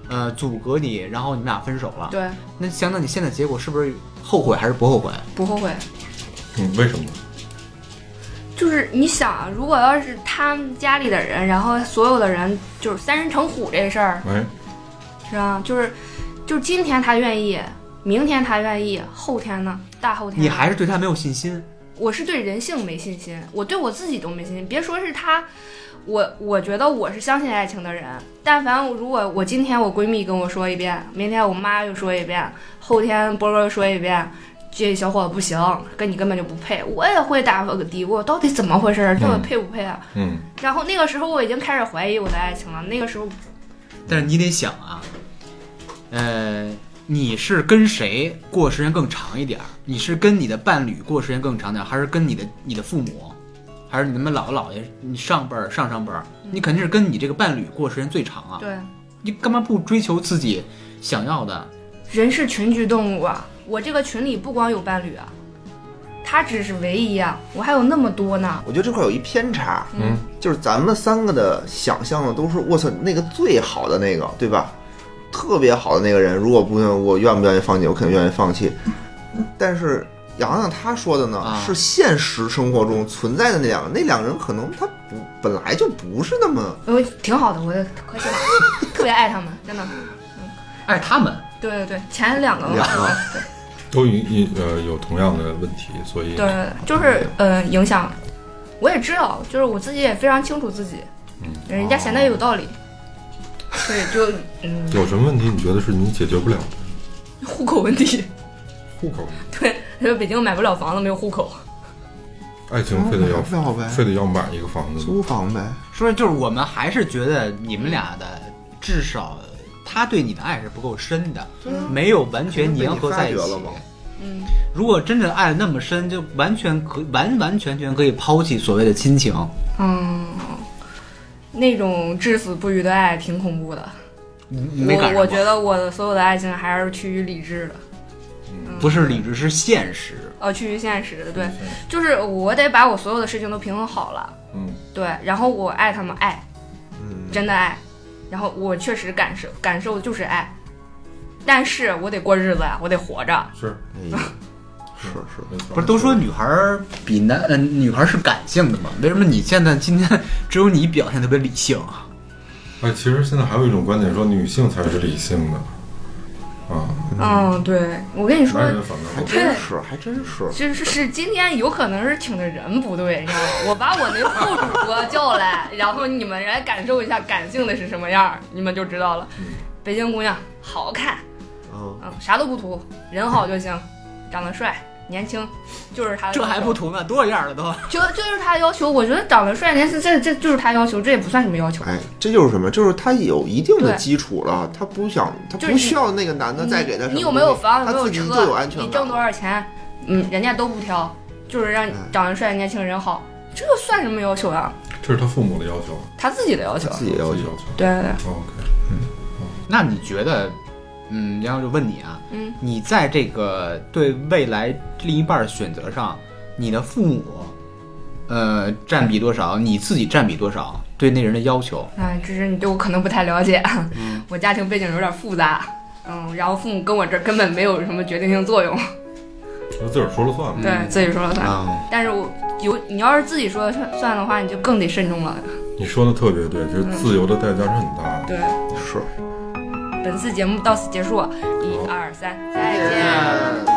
Speaker 1: 呃，阻隔你，然后你们俩分手了。
Speaker 4: 对，
Speaker 1: 那想想你现在结果是不是后悔还是不后悔？
Speaker 4: 不后悔。
Speaker 3: 嗯，为什么呢？
Speaker 4: 就是你想啊，如果要是他们家里的人，然后所有的人就是三人成虎这事儿，
Speaker 3: 哎，
Speaker 4: 是吧？就是，就是今天他愿意，明天他愿意，后天呢？大后天呢
Speaker 1: 你还是对他没有信心。
Speaker 4: 我是对人性没信心，我对我自己都没信心，别说是他，我我觉得我是相信爱情的人。但凡如果我今天我闺蜜跟我说一遍，明天我妈又说一遍，后天波哥又说一遍，这小伙子不行，跟你根本就不配，我也会打个嘀咕，到底怎么回事儿？到底配不配啊？
Speaker 3: 嗯，
Speaker 4: 然后那个时候我已经开始怀疑我的爱情了，那个时候
Speaker 1: 但是你得想啊，呃，你是跟谁过时间更长一点儿？你是跟你的伴侣过时间更长点儿，还是跟你的你的父母，还是你们姥姥姥爷、你上辈儿、上上辈儿？你肯定是跟你这个伴侣过时间最长啊！
Speaker 4: 对
Speaker 1: 你干嘛不追求自己想要的？
Speaker 4: 人是群居动物啊，我这个群里不光有伴侣啊，他只是唯一啊，我还有那么多呢。
Speaker 2: 我觉得这块有一偏差，
Speaker 3: 嗯，
Speaker 2: 就是咱们三个的想象的都是我操那个最好的那个，对吧？特别好的那个人，如果不我愿不愿意放弃，我肯定愿意放弃。但是洋洋他说的呢、
Speaker 1: 啊
Speaker 2: 是现实生活中存在的那两个，那两个人可能他不本来就不是那么
Speaker 4: 我挺好的，我快去吧，特别爱他们，真的。
Speaker 1: 爱他们，
Speaker 4: 对对对，前两个嘛，
Speaker 2: 两个
Speaker 4: 对
Speaker 3: 都一呃有同样的问题，所以
Speaker 4: 对，就是呃影响，我也知道，就是我自己也非常清楚自己，
Speaker 3: 嗯
Speaker 4: 人家显得有道理，所以就嗯
Speaker 3: 有什么问题你觉得是你解决不了的？
Speaker 4: 户口问题，
Speaker 3: 户口，
Speaker 4: 对，他说北京买不了房子，没有户口，
Speaker 3: 爱情嗯非得要
Speaker 2: 嗯要呗，
Speaker 3: 非得要买一个房子吗，
Speaker 2: 租房呗。
Speaker 1: 是不是就是我们还是觉得你们俩的至少他对你的爱是不够深的，没有完全粘合在一
Speaker 2: 可能被你发觉了
Speaker 1: 起
Speaker 2: 吗。
Speaker 4: 嗯，
Speaker 1: 如果真的爱得那么深，就完全可完完全全可以抛弃所谓的亲情。
Speaker 4: 嗯，那种至死不渝的爱挺恐怖的。
Speaker 1: 你你没感
Speaker 4: 我
Speaker 1: 受
Speaker 4: 我
Speaker 1: 吗
Speaker 4: 觉得我的所有的爱情还是趋于理智的，
Speaker 1: 不是理智，是现实。
Speaker 4: 呃，趋于现实的。嗯对，就是我得把我所有的事情都平衡好了，
Speaker 3: 嗯，
Speaker 4: 对，然后我爱他们，爱，
Speaker 2: 嗯，
Speaker 4: 真的爱，然后我确实感受感受就是爱，但是我得过日子呀，我得活着。
Speaker 3: 是
Speaker 2: 哎呀是是，
Speaker 3: 没错
Speaker 1: 不是都说女孩儿比男嗯、女孩儿是感性的吗？为什么你现在今天只有你表现特别理性啊？
Speaker 3: 哎，其实现在还有一种观点说女性才是理性的，啊，
Speaker 4: 嗯，对，我跟你说，
Speaker 3: 男人反
Speaker 2: 还
Speaker 3: 倒不
Speaker 2: 真是还真是。
Speaker 4: 其实是今天有可能是请的人不对，你知道吗？我把我那副主播叫来，然后你们来感受一下感性的是什么样儿，你们就知道了。北京姑娘好看，
Speaker 2: 嗯，
Speaker 4: 嗯，啥都不图，人好就行，长得帅。年轻，就是他的
Speaker 1: 这
Speaker 4: 要求
Speaker 1: 还不图呢，多少样了都。
Speaker 4: 就就是他的要求。我觉得长得帅、年轻，这这就是他要求，这也不算什么要求。
Speaker 2: 哎，这就是什么？就是他有一定的
Speaker 4: 对
Speaker 2: 基础了，他不想，他
Speaker 4: 就是
Speaker 2: 不
Speaker 4: 你
Speaker 2: 需要那个男的再给他什么
Speaker 4: 你有没有房？有
Speaker 2: 他
Speaker 4: 没
Speaker 2: 自己
Speaker 4: 车？
Speaker 2: 就有安全感。
Speaker 4: 你挣多少钱？嗯，人家都不挑，就是让你
Speaker 2: 哎
Speaker 4: 长得帅、年轻、人好，这算什么要求啊？
Speaker 3: 这是他父母的要求，
Speaker 4: 他自己的要求。
Speaker 2: 自己要
Speaker 3: 自己
Speaker 2: 求
Speaker 3: 要求。
Speaker 4: 对对对，
Speaker 3: OK，
Speaker 1: 那你觉得，嗯，然后就问你啊，
Speaker 4: 嗯，
Speaker 1: 你在这个对未来另一半儿选择上，你的父母，呃，占比多少？你自己占比多少？对那人的要求，
Speaker 4: 啊，只是你对我可能不太了解，
Speaker 2: 嗯
Speaker 4: 我家庭背景有点复杂，嗯，然后父母跟我这根本没有什么决定性作用，
Speaker 3: 那自个儿说了算
Speaker 2: 嗯
Speaker 3: 嘛。
Speaker 4: 对自己说了算。
Speaker 1: 啊，
Speaker 4: 但是我有你要是自己说了算算的话，你就更得慎重了。
Speaker 2: 嗯
Speaker 3: 你说的特别对，就是自由的代价是很大的。
Speaker 4: 对，
Speaker 2: 是。
Speaker 4: 本次节目到此结束，一二三，再见。
Speaker 2: 嗯